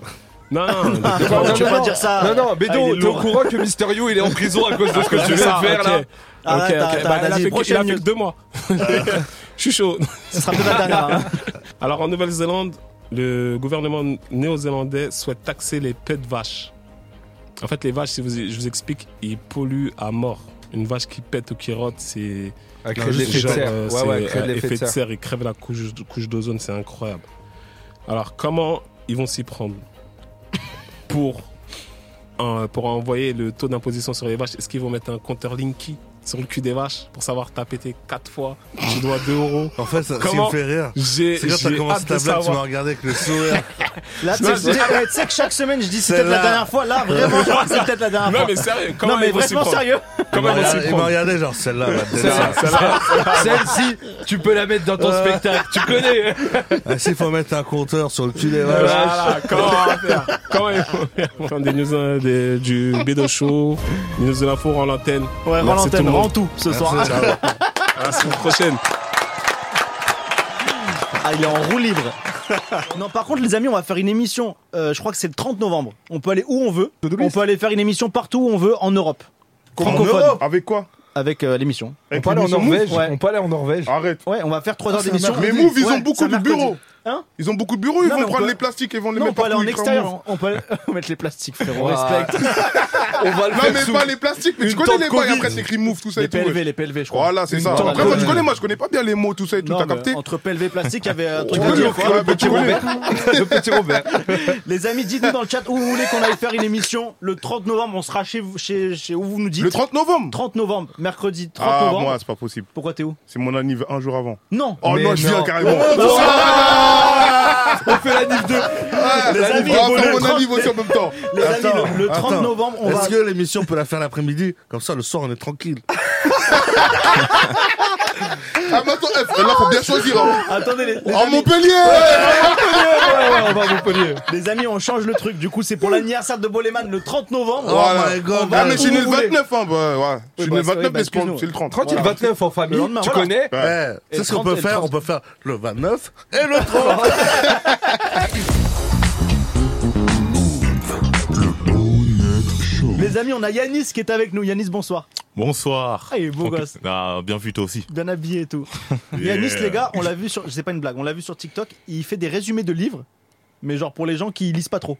S19: Non,
S5: <laughs>
S19: non, Ah,
S7: Non,
S19: depuis
S7: non,
S19: trois
S7: non,
S19: ans.
S7: non, non. Non, non, Bédo, t'es au courant que Mysterio il est en prison à cause de ce que
S19: Ah,
S7: tu
S19: c'est
S7: viens
S19: ça,
S7: de faire
S19: ok.
S7: là
S6: Ah,
S19: Arrête,
S7: Ok, ok.
S19: arrête,
S7: Bah,
S19: arrête,
S7: elle a
S19: vas-y,
S7: fait-
S19: prochaine
S7: elle a fait <laughs>
S19: news.
S6: <laughs>
S19: deux mois. Je suis chaud.
S6: Ce sera peut-être la dernière, hein.
S19: <laughs> Alors en Nouvelle-Zélande, le gouvernement néo-zélandais souhaite taxer les pets de vaches. En fait, les vaches, si vous, je vous explique, ils polluent à mort. Une vache qui pète ou qui rote, c'est.
S7: Elle crée
S19: Non,
S7: de
S19: juste
S7: l'effet de
S19: genre,
S7: serre.
S19: euh,
S7: Ouais,
S19: c'est
S7: ouais, elle crée de
S19: un
S7: l'effet de
S19: effet de
S7: serre.
S19: serre, ils crèvent la couche, couche d'ozone, c'est incroyable. Alors, comment ils vont s'y prendre pour, euh, pour envoyer le taux d'imposition sur les vaches Est-ce qu'ils vont mettre un compteur Linky sur le cul des vaches pour savoir t'as pété 4 fois, tu dois 2 euros
S5: En fait, ça ce qui
S19: Comment
S5: me fait rire,
S19: j'ai-
S5: c'est quand
S19: j'ai
S5: t'as commencé
S19: hâte
S5: ta
S19: de
S5: blague, tu
S19: savoir.
S5: m'as regardé avec le
S19: <laughs>
S5: sourire.
S6: Là, tu sais, je dis, ouais, tu sais que chaque semaine, je dis c'est peut-être la
S5: Celle-là.
S6: dernière fois. Là,
S5: <laughs>
S6: vraiment, je crois que c'est peut-être la dernière
S19: Non,
S6: fois.
S19: mais sérieux, comment
S6: Non, mais
S19: ils vont s'y
S6: vraiment
S19: prendre
S6: sérieux.
S5: Il m'a
S19: Comment ils vont s'y
S5: regardé- il m'a
S19: prendre
S5: regardé genre celle-là. va te
S7: Celle-là,
S5: détester.
S7: celle-là, Celle-ci, tu peux la mettre dans ton
S5: Euh.
S7: spectacle, tu connais. hein.
S5: Ah, S'il faut mettre un compteur sur le cul des vaches.
S19: Voilà, comment on va faire Comment ils vont faire On prend des news euh, des- du Bédo Show, les news de l'info, rend l'antenne.
S6: Ouais, rends
S19: Merci
S6: l'antenne,
S19: le monde.
S6: rends tout ce
S19: Merci,
S6: soir.
S19: ciao. <laughs> À la semaine prochaine.
S6: Ah, il est en roue libre. <laughs> non, par contre, les amis, on va faire une émission. euh, je crois que c'est le 30 novembre. On peut aller où on veut. On peut aller faire une émission partout où on veut en Europe. Francophone.
S13: Avec quoi
S6: Avec euh, l'émission.
S13: Avec l'émission Move
S6: Ouais.
S7: On peut aller en Norvège.
S13: Arrête.
S6: Ouais, on va faire
S13: Ah,
S6: 3 heures d'émission.
S13: Mais Move, ils
S6: Ouais,
S13: ont beaucoup
S6: c'est
S13: de
S6: mercredi.
S13: bureaux.
S6: Hein
S13: Ils ont beaucoup de bureaux, ils
S6: Non, mais
S13: vont
S6: on
S13: prendre
S6: peut-
S13: les plastiques et vont les
S6: Non, on
S13: mettre
S6: peut aller
S13: partout.
S6: en
S13: ils feront Move.
S6: extérieur. On peut aller- <laughs> mettre les plastiques, frérot.
S13: Ouais.
S6: Respect. <laughs>
S7: On va le
S13: non,
S7: faire
S13: mais
S7: sous-
S13: pas les plastiques, mais
S7: une
S13: tu connais
S7: tente
S13: les bails,
S7: Covid.
S13: après c'est écrit move, tout ça
S6: Les
S13: et tout.
S6: PLV,
S13: ouais.
S6: les PLV, je crois.
S13: Voilà, c'est
S6: Une
S13: ça.
S6: tente
S13: Après, moi,
S6: Covid.
S13: tu connais, moi, je connais pas bien les mots, tout ça et tout,
S6: Non,
S13: t'as
S6: mais
S13: capté
S6: Entre PLV et plastique, il y
S13: <laughs>
S6: avait un truc
S13: Oh,
S6: à
S13: le
S6: dire.
S13: petit Robert, <laughs> le petit Robert.
S7: Le petit Robert.
S6: <laughs> Les amis, dites-nous dans le chat où vous voulez qu'on aille faire une émission. Le 30 novembre, on sera chez vous, chez, chez où vous nous dites.
S13: Le 30 novembre
S6: 30 novembre, mercredi 30
S13: Ah,
S6: novembre.
S13: moi, c'est pas possible.
S6: Pourquoi t'es où
S13: C'est mon anniversaire un jour avant.
S6: Non
S13: Oh
S6: Mais
S13: non, je viens
S6: non. <laughs>
S13: carrément. <laughs>
S6: Oh,
S13: Oh,
S6: ah
S13: on fait la nif 2.
S6: Les amis,
S13: on va
S6: le
S13: faire Ah, mon
S6: 30
S13: anniversaire aussi en même temps.
S6: Les amis, le- le 30
S5: Attends,
S6: novembre, on va.
S5: Est-ce que l'émission peut la faire l'après-midi Comme ça, le soir, on est tranquille.
S13: Ah, mais attends, F, là, faut bien hein. choisir. hein.
S6: Attendez, les, les
S13: En
S6: amis-
S13: Montpellier
S6: Ouais, ouais, ouais, ouais, ouais, on
S7: à Montpellier.
S6: Les amis, on change le truc. Du coup, c'est pour l'anniversaire de Boleman le 30 novembre.
S13: Voilà.
S6: On va
S13: Ah, mais je suis
S6: où
S13: né
S6: vous
S13: le
S6: voulez.
S13: 29, hein, bah, ouais. Je suis né le
S6: Oui, bah, c'est vrai,
S13: 29, mais c'est
S6: bah,
S13: pas- c'est le 30.
S7: Tranquille, 29 en famille,
S13: Le lendemain,
S7: tu
S13: voilà.
S7: connais
S5: Ouais. Tu sais ce qu'on peut faire On peut faire le 29 et le 30.
S6: Les amis, on a Yanis qui est avec nous. Yanis, bonsoir.
S20: Bonsoir.
S6: Ah, il est beau gosse.
S20: Ah, bien vu toi aussi.
S6: Bien habillé et tout.
S20: <laughs> Yeah.
S6: Yanis, les gars, on l'a vu sur. C'est pas une blague, on l'a vu sur TikTok. Il fait des résumés de livres, mais genre pour les gens qui lisent pas trop.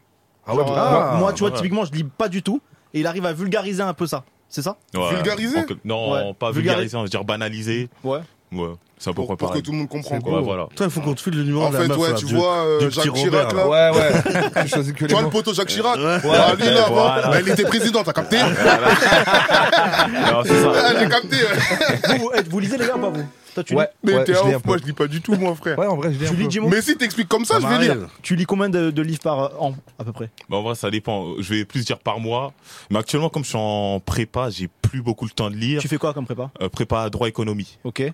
S20: Ah ouais,
S6: Genre,
S20: ah,
S6: moi- moi,
S20: ah,
S6: tu vois,
S20: ouais.
S6: typiquement, je lis pas du tout. Et il arrive à vulgariser un peu ça. C'est ça
S20: Ouais. En quel- Non,
S6: Ouais.
S20: pas vulgariser, on va dire banaliser.
S6: Ouais.
S20: Ouais. C'est à peu près
S13: Pour que
S20: pareil.
S13: tout le monde comprenne.
S20: Ouais, voilà.
S5: Toi, il faut qu'on te file le numéro
S13: En
S5: de la
S13: fait,
S5: meuf,
S13: ouais,
S5: là,
S13: tu
S5: du-
S13: vois euh,
S5: du petit
S13: Jacques Chirac là.
S5: Robert.
S13: <laughs> tu vois le poteau Jacques Chirac
S5: Ouais.
S13: Ah, lui, là, avant,
S5: Voilà.
S13: bah, il était président, t'as capté <laughs>
S20: Alors, c'est ça.
S13: Ah, J'ai capté.
S6: <laughs> vous, eh, vous lisez les gars ou pas vous Toi, tu lis
S13: Mais t'es off, moi je lis pas du tout, moi frère.
S7: Ouais, en vrai, je
S6: Tu lis, dis-moi.
S13: Mais si t'expliques comme ça, je vais lire.
S6: Tu lis combien de, de livres par euh, an, à peu près
S20: Bah, en vrai, ça dépend. Je vais plus dire par mois. Mais actuellement, comme je suis en prépa, j'ai plus beaucoup le temps de lire.
S6: Tu fais quoi comme prépa
S20: Euh, prépa droit économie.
S6: Ok.
S20: Et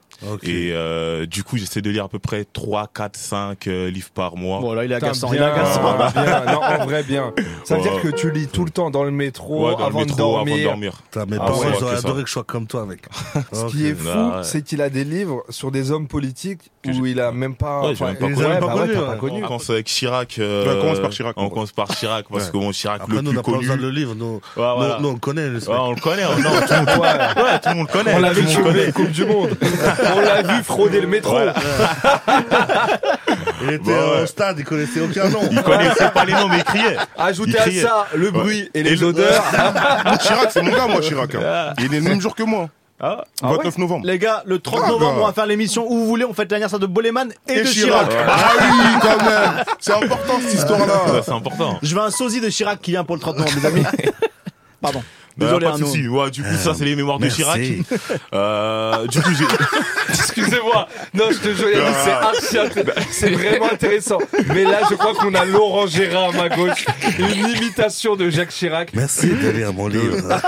S20: euh, du coup, j'essaie de lire à peu près 3, 4, 5 euh, livres par mois.
S6: Voilà, il est
S7: Putain,
S6: agaçant,
S7: bien,
S6: il est agaçant.
S7: voilà,
S6: <laughs>
S7: bien. Non, en vrai, bien. Ça veut
S20: Ouais.
S7: dire que tu lis tout le temps dans le métro,
S20: Ouais, dans le
S7: avant,
S20: métro,
S7: de dormir.
S20: avant de dormir.
S5: Putain, mes
S20: Ah
S5: parents,
S20: ouais,
S5: ils auraient
S20: que ça.
S5: adoré que je sois comme toi,
S7: <laughs>
S5: mec.
S7: Ce qui est fou,
S20: Ah ouais.
S7: c'est qu'il a des livres sur des hommes politiques où il a même pas.
S20: Ouais, j'ai
S7: Ah, enfin,
S20: même pas
S7: il les a
S20: connu.
S7: même pas connu, ouais.
S20: On commence avec Chirac. euh,
S5: Ouais, on commence par Chirac,
S20: On commence par Chirac parce
S5: Ouais.
S20: que bon, Chirac
S5: Après,
S20: le
S5: nous, on
S20: plus
S5: n'a pas
S20: connu.
S5: besoin de le livre. Nous, nous-
S20: voilà.
S5: nous, on le connaît. le
S20: Ouais, on le connaît,
S5: <laughs>
S20: non, tout le monde, ouais, ouais, tout le monde le connaît.
S7: On l'a
S20: tout
S7: vu
S20: le monde
S7: jouer
S20: connaît.
S7: la Coupe du Monde. On l'a vu frauder le métro.
S20: Voilà.
S5: Il était
S20: Bah
S5: euh,
S20: ouais.
S5: au stade, il connaissait aucun nom.
S20: Il connaissait pas les noms, mais il criait.
S7: Ajoutez
S20: Il
S7: à
S20: criait.
S7: ça le bruit et les
S5: <laughs>
S20: le-
S7: odeurs.
S13: Ah, Chirac, c'est mon gars, moi, Chirac.
S6: Ah.
S13: hein. Il est né le même jour que moi. 29 novembre.
S6: Les gars, le 30
S13: Ah,
S6: novembre,
S13: bah.
S6: on va faire l'émission où vous voulez. On fête l'anniversaire de Boleman et,
S13: Et
S6: de
S13: Chirac.
S6: Chirac.
S13: Ah oui, quand même. C'est important cette histoire-là.
S20: Ouais, c'est important.
S6: <laughs> Je veux un sosie de Chirac qui vient pour le 30 novembre, les amis.
S13: <laughs>
S6: Pardon.
S20: Bah,
S6: Désolé,
S20: pas de
S6: Arnaud.
S20: souci. Ouais, du coup, ça, c'est les mémoires
S6: merci.
S20: de Chirac. Euh, du coup, j'ai.
S7: Excusez-moi. Non, je te jure, Yannick, c'est archi intéressant. C'est
S20: Bah,
S7: vraiment
S20: <laughs>
S7: intéressant. Mais là, je crois qu'on a Laurent Gérard à ma gauche. Une imitation de Jacques Chirac.
S5: Merci de lire mon livre.
S7: <laughs>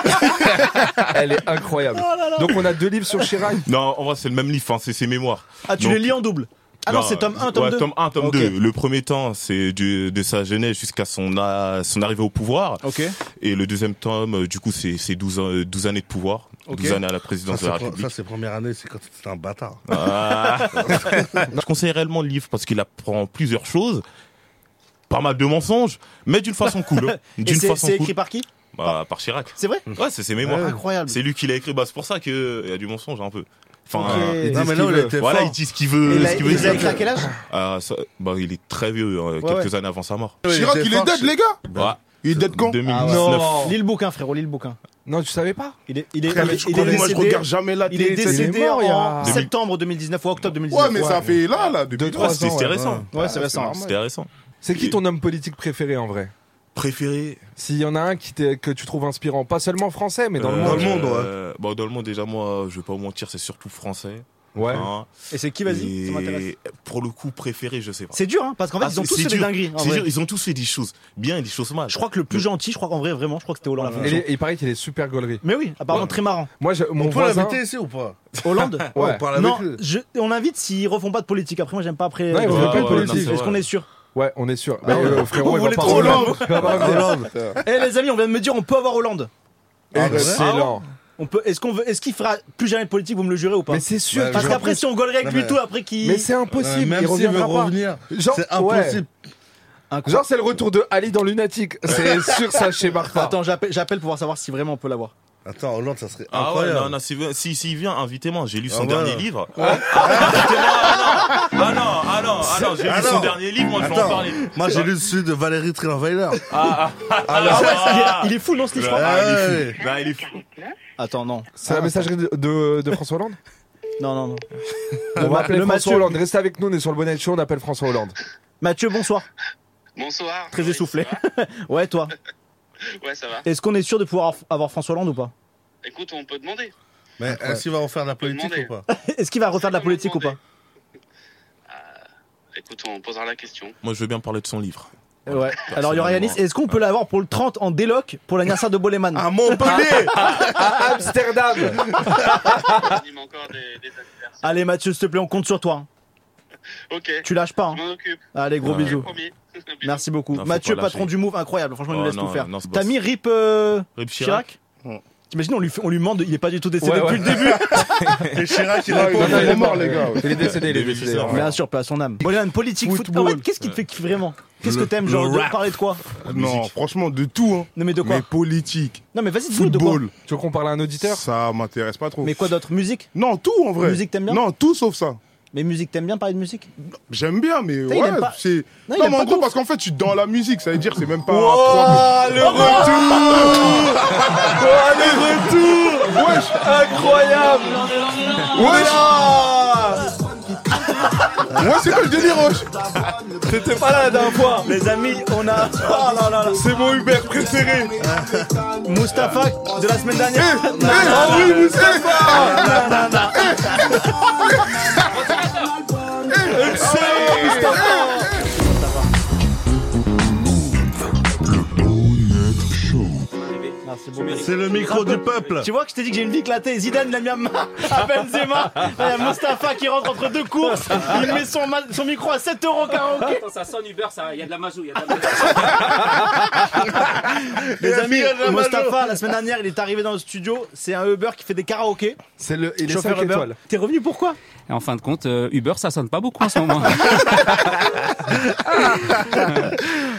S7: Elle est incroyable.
S6: Oh
S7: Donc, on a deux livres sur Chirac.
S20: Non, en vrai, c'est le même livre, hein, c'est ses mémoires.
S6: Ah, tu
S20: Donc-
S6: les lis en double Ah non, c'est tome 1, tome
S20: ouais,
S6: 2.
S20: Tome 1, tome
S6: Ok.
S20: 2. Le premier temps, c'est du- de sa jeunesse jusqu'à son, a- son arrivée au pouvoir.
S6: Ok.
S20: Et le deuxième tome, euh, du coup, c'est c'est 12, ans- euh, 12 années de pouvoir.
S5: Ok.
S20: 12 années à la présidence
S5: Ça,
S20: de la
S5: c'est pre-
S20: République.
S5: Ça, c'est première année, c'est quand c'était un bâtard.
S20: Ah. <laughs> Je conseille réellement le livre parce qu'il apprend plusieurs choses, pas mal de mensonges, mais d'une façon cool. hein.
S6: <laughs> Et
S20: D'une
S6: c'est-
S20: façon
S6: c'est
S20: cool.
S6: écrit par qui
S20: Bah, par Chirac.
S6: C'est vrai
S20: Ouais, c'est ses mémoires.
S6: Ah, incroyable.
S20: C'est lui qui l'a écrit. Bah, c'est pour ça qu'il y a du mensonge un peu. Enfin,
S6: Ok.
S20: euh,
S6: Il dit
S5: Non, mais
S20: ce
S5: là,
S20: qu'il
S5: il
S20: veut.
S5: était
S20: voilà,
S5: fort.
S20: il dit ce qu'il veut.
S6: Et il a-
S20: ce qu'il veut,
S6: il
S20: ce qu'il
S6: a
S20: veut.
S6: écrit à quel âge
S20: Ah, ça- bah, il est très vieux, euh,
S6: Ouais,
S20: quelques
S6: ouais.
S20: années avant sa mort.
S13: Chirac, il est dead, les gars.
S20: Bah,
S13: Il est dead
S6: Ah,
S13: quand
S20: 2019.
S6: Lis le bouquin, frérot, lis le bouquin.
S7: Non, tu savais pas
S6: Il est, il est,
S13: Frère,
S6: il est-
S13: je
S6: il est
S13: connais,
S6: décédé,
S13: moi, je regarde jamais la
S6: il
S13: télé,
S6: est
S13: tu sais, il est
S6: décédé
S13: mort, il y a-
S6: en septembre 2019 ou octobre 2019.
S13: Ouais, mais ça fait là, là, depuis
S20: Ouais, c'était c'était récent.
S6: Ouais, c'est récent.
S20: C'était récent.
S7: C'est qui ton homme politique préféré en vrai
S20: Préféré
S7: S'il y en a un qui t'est- que tu trouves inspirant, pas seulement français, mais dans le
S20: Euh,
S7: monde.
S20: euh, bah, dans le monde, déjà, moi, je vais pas vous mentir, c'est surtout français. Hein.
S7: Ouais.
S6: Et c'est qui, vas-y
S20: Et
S6: Ça m'intéresse.
S20: Pour le coup, préféré, je sais pas.
S6: C'est dur, hein, parce qu'en fait,
S20: Ah,
S6: ils ont
S20: c'est-
S6: tous
S20: c'est
S6: fait des
S20: dur.
S6: dingueries. en
S20: C'est
S6: vrai.
S20: dur, ils ont tous fait des choses bien et des choses mal.
S6: Je crois que le plus gentil, je crois qu'en vrai, vraiment, je crois que c'était Hollande. hein.
S7: Et il est- il paraît qu'il est super gaulerie.
S6: Mais oui, apparemment
S7: Ouais.
S6: très marrant.
S7: Moi, je- mon
S6: On peut
S7: voisin.
S6: l'inviter
S5: ici ou pas
S6: <laughs> Hollande
S7: <laughs> Ouais. On parle avec
S6: Non,
S7: eux.
S6: je- on invite s'ils refont pas de politique. Après, moi, j'aime pas après.
S7: Non, ils refont pas de politique.
S6: Est-ce qu'on est sûr
S7: Ouais, on est sûr. Mais, euh, frérot,
S6: Ah Vous
S7: il va
S6: voulez
S7: pas
S6: trop
S7: revenir.
S6: Hollande
S7: <laughs> Il va pas revenir.
S6: Eh les amis, on vient de me dire on peut avoir Hollande.
S7: Ah, Excellent.
S6: On peut. Est-ce qu'on veut Est-ce qu'il fera plus jamais de politique Vous me le jurez ou pas
S7: Mais c'est sûr.
S6: Parce
S7: je-
S6: qu'après, si on gaulerait
S7: Non,
S6: avec lui
S7: mais-
S6: tout, après qui
S7: Mais c'est impossible.
S5: Même
S7: il
S5: s'il veut
S7: reviendra pas.
S5: revenir,
S7: Genre,
S5: c'est
S7: ouais.
S5: impossible.
S7: Genre, c'est le retour de Ali dans Lunatique. C'est sûr, ça chez Marfa.
S6: Attends, j'appelle j'appelle pour savoir si vraiment on peut l'avoir.
S5: Attends, Hollande, ça serait
S20: Ah ouais,
S5: incroyable.
S20: non, non, si, si, si, il vient, invitez-moi. J'ai lu son
S5: Ah ouais.
S20: dernier livre. Ah, invitez-moi, ah non, ah non, ah non, ah non, j'ai lu son
S5: Alors,
S20: dernier livre, moi, je vais en
S5: attends,
S20: parler. <laughs>
S5: Moi j'ai lu celui de Valérie Trierweiler.
S20: Ah, ah, ah,
S5: Alors-
S20: ah,
S5: ouais,
S20: ah,
S5: il est-
S20: ah.
S5: il est fou, non, ce livre, je crois.
S20: Ah, il est
S5: Ouais.
S20: fou. Non, il est fou.
S6: Attends, non. Ah,
S7: C'est la messagerie de, de- de François Hollande
S6: Non, non, non.
S7: On va appeler
S6: le
S7: François
S6: Mathieu.
S7: Hollande. Restez avec nous, on est sur le Bonnet Show, on appelle François Hollande.
S6: Mathieu, bonsoir.
S2: Bonsoir.
S6: Très essoufflé. <laughs> ouais, toi.
S2: Ouais, ça va.
S6: Est-ce qu'on est sûr de pouvoir avoir François Hollande ou pas
S2: Écoute, on peut demander.
S5: Mais est-ce qu'il va en faire de la politique ou pas
S6: <laughs> Est-ce qu'il va refaire de la politique ou pas
S2: Écoute, on posera la question.
S20: Moi, je veux bien parler de son livre.
S6: Ouais. Alors il y aura Yanis. Est-ce qu'on peut l'avoir pour le 30 en déloc pour l'anniversaire de Boleman <laughs> À
S5: Montpellier
S7: À
S5: <laughs>
S7: Amsterdam
S6: Allez Mathieu, s'il te plaît, on compte sur toi. hein.
S2: Ok.
S6: Tu lâches pas. hein.
S2: Je m'en occupe.
S6: Allez, gros
S2: Ok, <laughs>
S6: bisous.
S2: promis.
S6: Merci beaucoup.
S20: Non, faut
S6: Mathieu,
S20: pas lâcher.
S6: patron du Move, incroyable. Franchement, il nous
S20: Oh,
S6: laisse
S20: non,
S6: tout faire.
S20: non, c'est
S6: T'as
S20: boss.
S6: mis Rip, euh,
S20: Rip
S6: Chirac,
S20: Chirac
S6: T'imagines, on lui, fait- on lui demande, il est pas du tout décédé
S20: Ouais,
S6: depuis
S20: ouais.
S6: le
S20: <laughs>
S6: début.
S20: Et Chirac, il Ouais, répond, non, non, il est il est mort, mort, les gars.
S6: Il est décédé,
S20: il est décédé.
S6: Bien sûr, pas à son âme. Bon, Léon, politique, foot. En fait, qu'est-ce qui te fait kiffer vraiment Qu'est-ce que
S13: Le-
S6: t'aimes, genre,
S13: le
S6: de
S13: rap.
S6: parler de quoi
S13: Non, franchement, de tout. Hein.
S6: Non, mais de quoi
S13: Mais politique.
S6: Non, mais vas-y, dis-nous de quoi.
S13: Football. Tu veux qu'on parle à un auditeur Ça m'intéresse pas trop. Mais
S6: quoi d'autre Musique
S13: Non, tout en vrai.
S6: Musique, t'aimes bien
S13: Non, tout sauf ça.
S6: Mais musique, t'aimes bien parler de musique
S13: J'aime bien, mais
S6: T'as, il
S13: ouais,
S6: aime pas-
S13: c'est. Non,
S6: Non, il aime
S13: mais
S6: pas
S13: en gros,
S6: tout.
S13: parce qu'en fait, tu es dans la musique, ça veut dire que c'est même pas.
S6: Wow,
S13: trois-
S6: le retour
S13: Oh, le retour Wesh
S7: Incroyable
S13: Wesh Ouais, c'est quoi le délire, wesh
S7: T'étais pas là la dernière fois
S6: Les amis, on a. Oh là là là
S13: C'est mon Hubert préféré
S6: Ah. Mustapha de la semaine dernière Ah.
S7: Ah oui, Mustapha
S6: Nanana.
S7: Excellent, Mustapha
S5: C'est le micro du peuple.
S6: Tu vois que je t'ai dit que j'ai une vie éclatée. Zidane, il a mis à, ma- <laughs> à Benzema. Là, Il y a Mustapha qui rentre entre deux courses. Il met son, ma- son micro à 7 euros karaoké.
S21: Quand Ah, ça sonne Uber, ça- il y a de la majou, il y a de la
S6: Les
S21: la
S6: amis,
S21: fille, elle a
S6: Mustapha,
S21: major.
S6: la semaine dernière, il est arrivé dans le studio. C'est un Uber qui fait des karaokés.
S21: C'est le.
S6: il est Chauffeur cinq Uber. étoiles. T'es revenu pourquoi
S21: Et en fin de compte, euh, Uber, ça sonne pas beaucoup en ce moment.
S6: <laughs>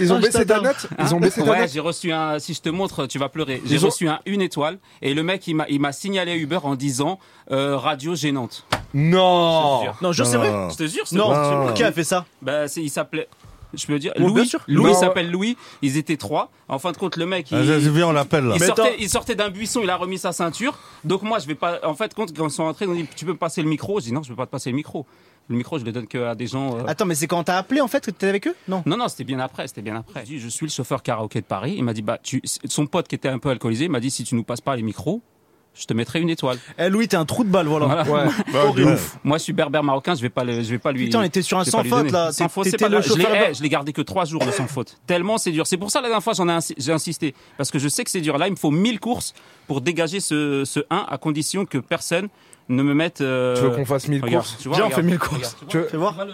S6: Ils
S21: Ah,
S6: ont Oh, je baissé ta t'adore.
S21: note
S6: Ils ont baissé ta
S21: Hein Ouais,
S6: note
S21: j'ai reçu un. Si je te montre, tu vas pleurer. J'ai
S6: Ils ont-
S21: reçu un une étoile et le mec, il m'a, il m'a signalé Uber en disant euh, radio gênante.
S7: Non
S21: Non,
S6: je- c'est vrai.
S21: Je te jure, c'est
S6: Non,
S21: vrai.
S6: c'est- qui a fait ça
S21: Bah, c'est- il s'appelait. Je peux dire,
S6: Bon, bien
S21: Louis,
S6: sûr.
S21: Louis
S6: Non.
S21: s'appelle Louis, ils étaient trois. En fin de compte, le mec, il,
S5: Vas-y, viens, on l'appelle là.
S21: il sortait, il sortait d'un buisson, il a remis sa ceinture. Donc moi, je vais pas. En fait, quand quand ils sont entrés, ils ont dit tu peux me passer le micro. Je dis non, je peux pas te passer le micro. Le micro, je le donne que à des gens. euh,
S6: Attends, mais c'est quand t'as appelé en fait que t'étais avec eux Non.
S21: non, non, c'était bien après, c'était bien après. Je dis, je suis le chauffeur karaoké de Paris. Il m'a dit, bah, tu, son pote qui était un peu alcoolisé, il m'a dit, si tu nous passes pas les micros, je te mettrai une étoile.
S6: Eh Louis, t'es un trou de balle, voilà.
S21: <laughs> Voilà.
S6: Horrible.
S21: Moi, je suis berbère marocain, je vais pas le, je vais pas lui.
S6: Putain, on était sur un
S21: je vais pas
S6: sans
S21: lui
S6: faute,
S21: donner.
S6: là.
S21: Sans faute,
S6: T'étais
S21: c'est pas
S6: le
S21: grave. Je l'ai-
S6: chauffeur-
S21: eh, je l'ai gardé que trois jours le sans faute. Tellement c'est dur. C'est pour ça la dernière fois, j'en ai, insi- j'ai insisté parce que je sais que c'est dur. Là, il me faut 1000 courses pour dégager ce, ce 1 à condition que personne ne me mette. euh,
S7: Tu veux qu'on fasse 1000
S21: regarde,
S7: courses
S21: tu vois,
S6: Viens, on
S21: regarde,
S6: fait 1000
S21: regarde.
S6: courses.
S21: Tu vois,
S6: Tu veux voir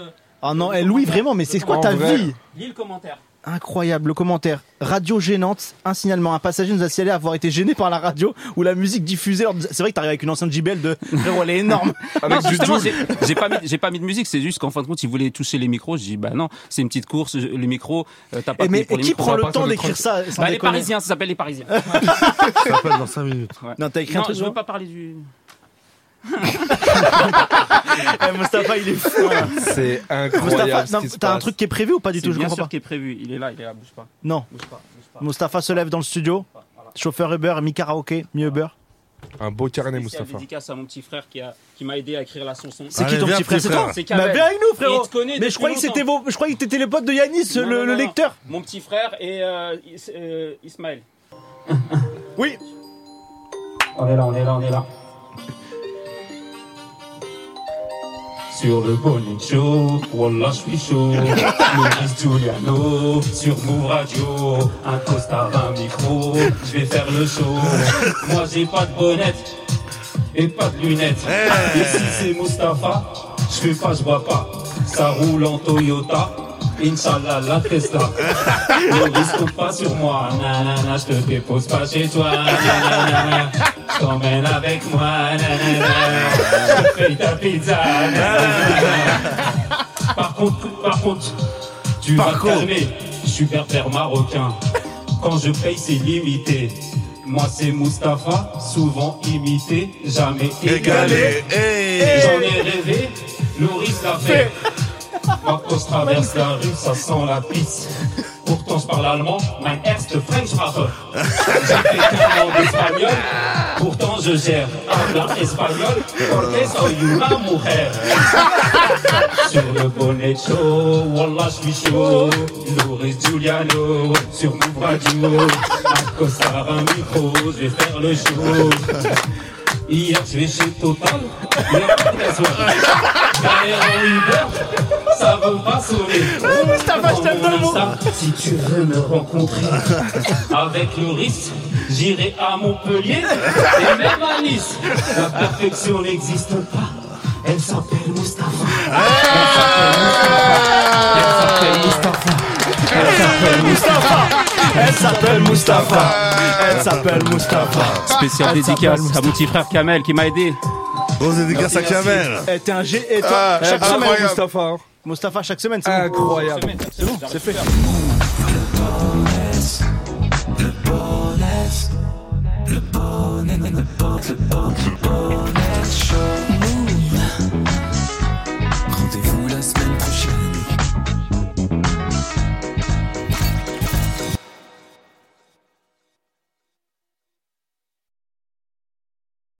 S6: Ah non, eh Louis, vraiment, mais c'est quoi
S21: En
S6: ta
S21: vrai.
S6: vie
S21: Lis le commentaire.
S6: Incroyable, le commentaire. Radio gênante, un signalement. Un passager nous a signalé avoir été gêné par la radio ou la musique diffusée. lors de- C'est vrai que t'arrives avec une enceinte
S21: <laughs>
S6: JBL de. Frérot, elle est <laughs> énorme.
S21: Non, justement, j'ai j'ai pas, mis- j'ai pas mis de musique, c'est juste qu'en fin de compte, ils voulaient toucher les micros. Je dis, bah non, c'est une petite course, je- les micros, euh, t'as pas
S6: Eh,
S21: payé
S6: mais
S21: pour les
S6: qui
S21: micros.
S6: prend
S21: On va
S6: le
S21: pas
S6: temps
S21: faire de
S6: d'écrire
S21: trente-
S6: ça, sans
S21: Bah, Les
S6: déconner.
S21: Parisiens, ça s'appelle les Parisiens. <laughs>
S5: Ça s'appelle dans 5 minutes.
S6: Non, t'as écrit un
S21: Non,
S6: truc
S21: je veux
S6: non
S21: pas parler du.
S6: <laughs> Eh, Mustapha, il est fou. hein.
S21: C'est
S6: Mustapha,
S21: incroyable ce
S6: non,
S21: qui se
S6: T'as un
S21: passe.
S6: truc qui est prévu ou pas du
S21: C'est
S6: tout Je
S21: Bien
S6: comprends
S21: sûr
S6: pas.
S21: qui est prévu, il est là, il est là, bouge pas.
S6: Non.
S21: Bouge pas, bouge pas.
S6: Mustapha se lève dans le studio. Chauffeur Uber, mi-karaoké, mi-Uber.
S7: Un beau carnet,
S21: Spécial
S7: Mustapha.
S21: dédicace à mon petit frère qui a- qui m'a aidé à écrire la chanson.
S6: C'est qui ton petit frère C'est toi
S21: C'est
S6: Bah,
S21: Kamel.
S6: Viens avec nous,
S21: Et il
S6: frérot
S21: te connaît
S6: Mais
S21: depuis
S6: je croyais que
S21: longtemps.
S6: c'était vos... je croyais que t'étais les potes de Yanis,
S21: Non,
S6: le,
S21: non,
S6: le
S21: non, non.
S6: lecteur.
S21: Mon petit frère et euh, Is- euh,
S22: <laughs>
S21: Ismaël.
S6: Oui.
S21: On est là, on est là, on est là.
S22: Sur le Bonicho, Wallah, je suis chaud. Maurice Giuliano, sur Move Radio, un costard, un micro, je vais faire le show. Moi, j'ai pas de bonnette et pas de lunettes. Et si c'est Mustapha, je fais pas, je vois pas. Ça roule en Toyota, Inch'Allah, la Tesla. Maurice, compte pas sur moi, nanana, je te dépose pas chez toi, nanana. Je t'emmène avec moi, nanana. Je te paye ta pizza, nanana. Par contre, par contre, tu vas te calmer. Je suis berbère marocain. Quand je paye, c'est limité. Moi, c'est Mustapha, souvent imité, jamais égalé.
S7: Égalé, hey.
S22: J'en ai rêvé, Loris l'a fait. Quand on se traverse la rue, ça sent la pisse. Pourtant, je parle allemand, mein erste French Rapper. J'ai fait 15 ans d'espagnol, pourtant je gère. Habla espagnol, porque soy una mujer. Sur le bonnet chaud, Wallah, je suis chaud. Loris Giuliano, sur Move Radio. Un costard, un micro, je vais faire le show. Hier, je vais chez Total, il y a pas de gasoil. Derrière un Uber, ça va pas sonner.
S20: Ah,
S7: Mustapha, je t'aime
S22: Dans mon
S7: de loin.
S22: Insta, Si tu veux
S5: <laughs>
S22: me rencontrer avec Loris, j'irai à Montpellier et même à Nice. La perfection n'existe pas. Elle s'appelle Mustapha. Elle s'appelle Mustapha. Elle s'appelle Mustapha. Elle s'appelle
S6: Mustapha. Elle s'appelle Mustapha.
S22: Spécial
S6: Elle
S22: dédicace
S6: s'appelle
S22: à mon petit frère Kamel qui m'a aidé.
S23: Grosse
S6: Merci, merci. Eh, t'es un G. Et toi,
S22: Ah,
S6: chaque
S22: incroyable.
S6: semaine, Mustapha. Mustapha, chaque semaine, c'est
S24: Incroyable.
S6: C'est bon, c'est fait.
S1: Le bonnet, le bonnet, le bonnet, le bonnet, le bonnet, chaud.